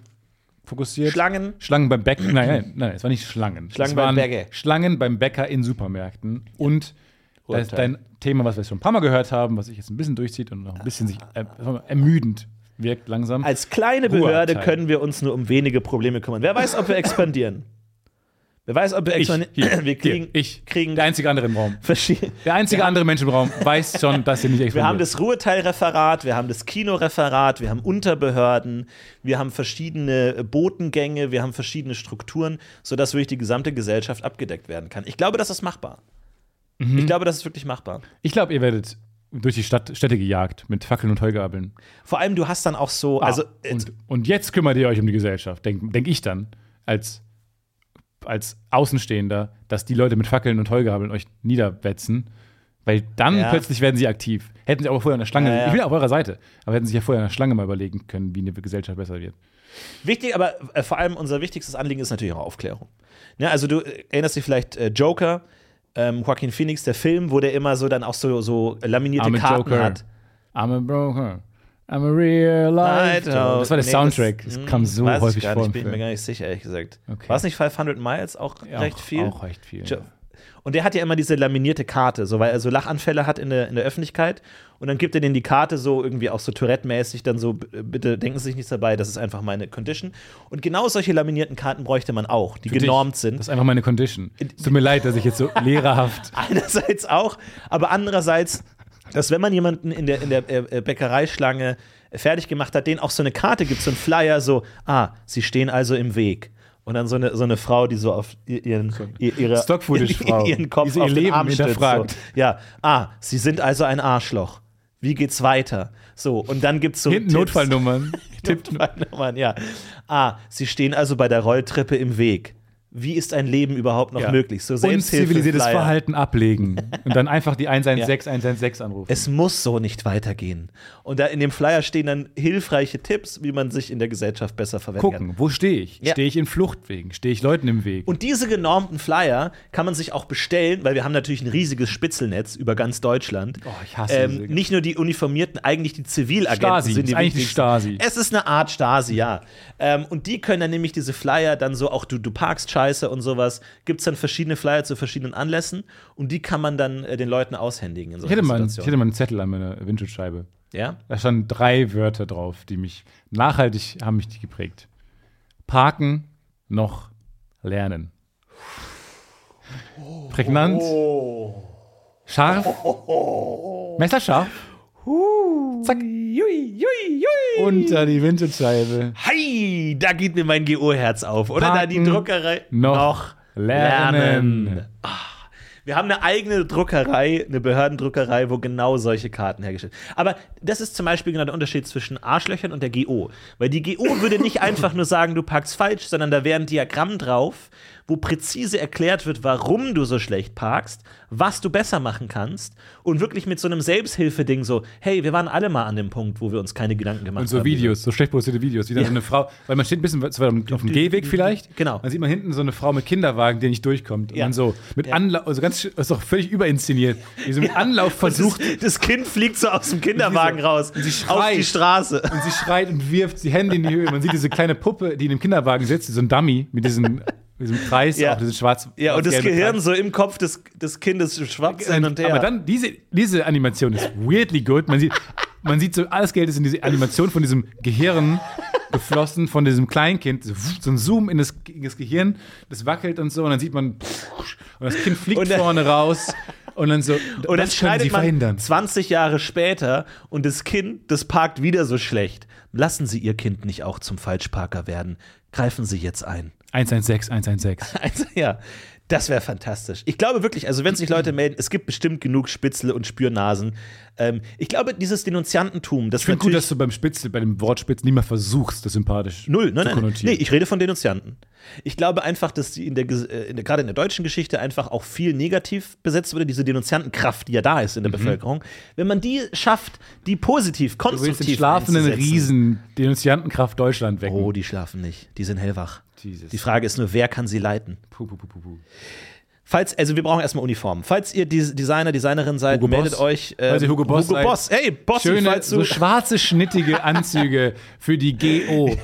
S2: fokussiert.
S1: Schlangen.
S2: Schlangen beim Bäcker. Nein, nein, nein, es waren nicht Schlangen.
S1: Schlangen
S2: es
S1: beim
S2: waren
S1: Bäcker.
S2: Schlangen beim Bäcker in Supermärkten. Und das ist dein Thema, was wir jetzt schon ein paar Mal gehört haben, was sich jetzt ein bisschen durchzieht und noch ein bisschen sich äh, sagen wir mal, ermüdend wirkt langsam.
S1: Als kleine Behörde
S2: Ruheabteil.
S1: können wir uns nur um wenige Probleme kümmern. Wer weiß,
S2: *laughs*
S1: ob wir expandieren? Wer weiß, ob wir expandieren? wir kriegen,
S2: Hier, ich,
S1: kriegen
S2: der einzige andere im Raum.
S1: verschiedene.
S2: Der einzige andere Mensch im Raum weiß schon, dass er nicht
S1: *laughs*
S2: explodiert.
S1: Wir haben das Ruheteilreferat, wir haben das Kinoreferat, wir haben Unterbehörden, wir haben verschiedene äh, Botengänge, wir haben verschiedene Strukturen, sodass wirklich die gesamte Gesellschaft abgedeckt werden kann. Ich glaube, das ist machbar.
S2: Mhm.
S1: Ich glaube, das ist wirklich machbar.
S2: ich glaube, ihr werdet durch die Stadt, Städte gejagt mit Fackeln und Heugabeln.
S1: Vor allem, du hast dann auch
S2: Ah,
S1: so, also äh,
S2: und, und jetzt kümmert ihr euch um die Gesellschaft, denke denk ich dann, als, als Außenstehender, dass die Leute mit Fackeln und Heugabeln euch niederwetzen, Weil dann
S1: Ja.
S2: plötzlich werden sie aktiv. Hätten sie aber vorher an der Schlange,
S1: Ja, ja.
S2: ich bin ja auf eurer Seite, aber hätten sie sich ja vorher an der Schlange mal überlegen können, wie eine Gesellschaft besser wird.
S1: Wichtig, aber äh, vor allem unser wichtigstes Anliegen ist natürlich auch Aufklärung. Ne, also du äh, erinnerst dich vielleicht äh, Joker, ähm, Joaquin Phoenix, der Film, wo der immer so dann auch so, so laminierte
S2: Arme
S1: Karten
S2: Ah, Joker.
S1: hat.
S2: I'm a broker. I'm a real
S1: Night
S2: life. Das war der
S1: Nee,
S2: Soundtrack.
S1: das- hm,
S2: Das, kam so
S1: weiß
S2: häufig
S1: ich gar
S2: vor.
S1: Nicht,
S2: Im
S1: bin ich
S2: Film.
S1: mir gar nicht sicher, ehrlich gesagt.
S2: Okay.
S1: War es nicht 500 Miles auch
S2: Ja,
S1: recht
S2: auch,
S1: viel?
S2: Auch recht viel.
S1: Jo- Und der hat ja immer diese laminierte Karte, so weil er so Lachanfälle hat in der, in der Öffentlichkeit. Und dann gibt er denen die Karte so irgendwie auch so Tourette-mäßig, dann so, b- bitte denken Sie sich nichts dabei, das ist einfach meine Condition. Und genau solche laminierten Karten bräuchte man auch, die
S2: Für dich.
S1: genormt sind.
S2: Das ist einfach meine Condition. Es tut mir leid, dass ich jetzt so lehrerhaft.
S1: Einerseits auch, aber andererseits, dass wenn man jemanden in der, in der äh, äh, Bäckereischlange fertig gemacht hat, denen auch so eine Karte gibt, so ein Flyer, so, ah, sie stehen also im Weg. Und dann so eine, so eine Frau, die so auf i- ihren, i- ihre,
S2: Stock-Footage-Frau,
S1: ihren Kopf
S2: die so ihr
S1: auf den
S2: Leben
S1: Arm stützt. So.
S2: hinterfragt.
S1: Ja, ah, sie sind also ein Arschloch. Wie geht's weiter? So, und dann gibt's so
S2: Hinten
S1: Tipps.
S2: Notfallnummern. Tippt
S1: Notfallnummern, ja. Ah, sie stehen also bei der Rolltreppe im Weg. Wie ist ein Leben überhaupt noch
S2: Ja.
S1: möglich? So
S2: Unzivilisiertes
S1: Selbsthilfe-Flyer.
S2: Verhalten ablegen.
S1: *laughs*
S2: Und dann einfach die 116 116 anrufen.
S1: es muss so nicht weitergehen. Und da in dem Flyer stehen dann hilfreiche Tipps, wie man sich in der Gesellschaft besser verwenden kann.
S2: Gucken, wo stehe ich?
S1: Ja.
S2: Stehe ich in Fluchtwegen? Stehe ich Leuten im Weg?
S1: Und diese genormten Flyer kann man sich auch bestellen, weil wir haben natürlich ein riesiges Spitzelnetz über ganz Deutschland.
S2: Oh, ich hasse
S1: ähm,
S2: diese-
S1: Nicht nur die Uniformierten, eigentlich die Zivilagenten
S2: Stasi,
S1: sind die
S2: ist eigentlich die
S1: wichtigsten.
S2: Stasi.
S1: Es ist eine Art Stasi, ja. Ähm, und die können dann nämlich diese Flyer dann so, auch du, du parkst scheiße und sowas, gibt es dann verschiedene Flyer zu verschiedenen Anlässen und die kann man dann äh, den Leuten aushändigen in
S2: ich, hätte
S1: solchen
S2: mal, einen- ich
S1: Situationen.
S2: hätte mal einen Zettel an meiner Windschutzscheibe.
S1: ja?
S2: Da standen drei Wörter drauf, die mich nachhaltig haben mich die geprägt. Parken, noch lernen. Prägnant,
S1: *laughs*
S2: scharf, messerscharf. Zack. Unter äh, die Windschutzscheibe.
S1: Hi, da geht mir mein GO-Herz auf. Oder da die
S2: Parken,
S1: Druckerei.
S2: Noch, lernen.
S1: Ah, Wir haben eine eigene Druckerei, eine Behördendruckerei, wo genau solche Karten hergestellt Aber das ist zum Beispiel genau der Unterschied zwischen Arschlöchern und der GO. Weil die GO würde
S2: *laughs*
S1: nicht einfach nur sagen, du parkst falsch, sondern da wäre ein Diagramm drauf, wo präzise erklärt wird, warum du so schlecht parkst, was du besser machen kannst und wirklich mit so einem Selbsthilfeding so, hey, wir waren alle mal an dem Punkt, wo wir uns keine Gedanken gemacht
S2: Und so
S1: haben. wie wir
S2: Videos, so schlecht produzierte Videos, wie dann so eine Frau, weil man steht ein bisschen zu weit am- auf dem Gehweg vielleicht.
S1: Genau.
S2: Dann sieht man hinten so eine Frau mit Kinderwagen, der nicht durchkommt. Und
S1: Ja.
S2: dann so mit Anlauf, also ganz, sch- ist doch völlig überinszeniert.
S1: *laughs*
S2: Wie so mit Anlauf versucht
S1: Das, das Kind fliegt so aus dem Kinderwagen
S2: Und sie so-
S1: raus.
S2: und sie
S1: auf
S2: schreit.
S1: die Straße.
S2: und sie schreit und wirft die Hände in die Höhe. Man sieht diese kleine Puppe, die in dem Kinderwagen sitzt, so ein Dummy mit diesem, diesem Kreis,
S1: Ja.
S2: auch diesen schwarz
S1: Ja, und das
S2: schwarz-gelben
S1: Gehirn
S2: Kreis.
S1: so im Kopf des, des Kindes schwappt hin und her.
S2: Äh, Aber dann, diese, diese Animation ist weirdly good. Man sieht, man sieht so, alles Geld ist in diese Animation von diesem Gehirn geflossen, von diesem Kleinkind. So, wuff, so ein Zoom in das, in das Gehirn, das wackelt und so. Und dann sieht man, pff, und das Kind fliegt
S1: Und dann-
S2: vorne raus. Und dann so,
S1: und dann
S2: das können sie
S1: schneidet man
S2: verhindern.
S1: 20 Jahre später und das Kind, das parkt wieder so schlecht. Lassen Sie Ihr Kind nicht auch zum Falschparker werden. Greifen Sie jetzt ein. *laughs*
S2: 116, 116.
S1: Also, ja, das wäre fantastisch. Ich glaube wirklich, also wenn sich Leute melden, es gibt bestimmt genug Spitzel und Spürnasen. Ähm, ich glaube, dieses Denunziantentum, das
S2: Ich finde
S1: natürlich
S2: gut, dass du beim Spitzel, bei dem Wort Spitzel nicht mehr versuchst, das sympathisch
S1: Null, nein,
S2: zu
S1: nein. Nee,
S2: konnotieren.
S1: ich rede von Denunzianten. Ich glaube einfach, dass die in der, Ges- äh, in der, gerade in der deutschen Geschichte einfach auch viel negativ besetzt wurde, diese Denunziantenkraft, die ja da ist in der Bevölkerung. Wenn man die schafft, die positiv,
S2: Mhm. du willst
S1: konstruktiv
S2: den schlafenden
S1: einzusetzen-
S2: Riesen, Denunziantenkraft Deutschland wecken.
S1: Oh, die schlafen nicht. Die sind hellwach.
S2: Jesus.
S1: Die Frage ist nur, wer kann sie leiten?
S2: Puh, puh, puh, puh, puh.
S1: Falls, also wir brauchen erstmal Uniformen. Falls ihr Des- Designer, Designerin seid,
S2: Hugo Boss.
S1: meldet euch. ähm,
S2: Falls ihr Hugo Boss seid.
S1: Hey, Bossi,
S2: Schöne,
S1: falls du.
S2: so
S1: *laughs*
S2: schwarze, schnittige Anzüge für die GO,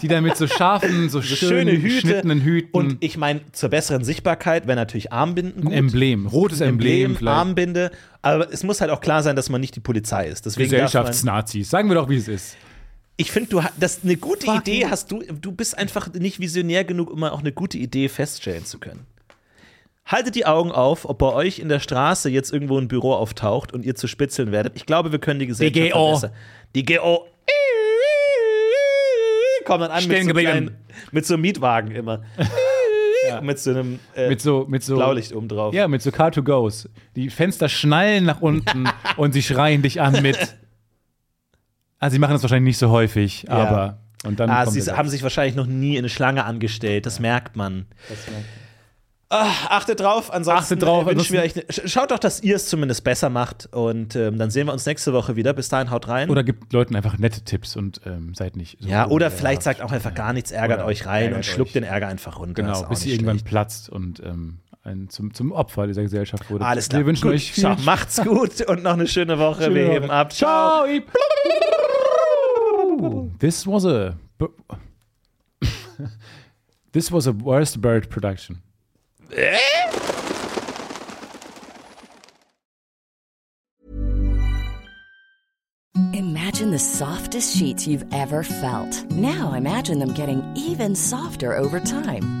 S2: die dann mit so scharfen, so, schönen,
S1: schöne Hüte.
S2: geschnittenen Hüten
S1: und ich meine, zur besseren Sichtbarkeit wäre natürlich Armbinden gut.
S2: ein Emblem, rotes Emblem,
S1: Emblem,
S2: vielleicht.
S1: Armbinde. Aber es muss halt auch klar sein, dass man nicht die Polizei ist. Deswegen darf man,
S2: Gesellschaftsnazis. Sagen wir doch, wie es ist.
S1: ich finde, du ha- das eine gute
S2: Fucking-
S1: Idee hast du. Du bist einfach nicht visionär genug, um mal auch eine gute Idee feststellen zu können. Haltet die Augen auf, ob bei euch in der Straße jetzt irgendwo ein Büro auftaucht und ihr zu spitzeln werdet. Ich glaube, wir können die Gesellschaft
S2: GO.
S1: verbessern. Die GO. Kommen dann an mit
S2: Stehen
S1: so,
S2: geblieben.
S1: kleinen, mit so einem Mietwagen
S2: *laughs*
S1: immer. Mit so einem äh,
S2: Mit so, mit so,
S1: Blaulicht oben drauf.
S2: ja, mit so Car2Goes. Die Fenster schnallen
S1: *laughs*
S2: nach unten und sie schreien dich an mit. Also, sie machen das wahrscheinlich nicht so häufig, aber. Und dann
S1: Ah,
S2: kommt
S1: sie
S2: der
S1: haben sich wahrscheinlich noch nie in eine Schlange angestellt, das merkt man. Ach, Ah, achtet drauf, ansonsten
S2: Achtet drauf,
S1: äh, wünschen wir euch.
S2: ansonsten-
S1: Ne, sch- schaut doch, dass ihr es zumindest besser macht und ähm, dann sehen wir uns nächste Woche wieder. Bis dahin, haut rein.
S2: Oder gibt Leuten einfach nette Tipps und ähm, seid nicht so
S1: ja, oder
S2: äh,
S1: vielleicht sagt auch einfach gar nichts, ärgert
S2: Oder
S1: euch rein
S2: ärgert
S1: und schluckt
S2: euch.
S1: den Ärger einfach runter. Ist
S2: Genau,
S1: auch
S2: bis ihr
S1: nicht
S2: irgendwann
S1: schlecht.
S2: platzt und ähm, ein, zum, zum Opfer dieser Gesellschaft wurde.
S1: Alles klar.
S2: Wir wünschen
S1: Gut.
S2: euch viel
S1: So, Macht's gut und noch eine schöne Woche. wir heben ab. Ciao.
S2: Ciao. This was a *laughs* This was a worst bird production.
S4: Imagine the softest sheets you've ever felt. Now imagine them getting even softer over time.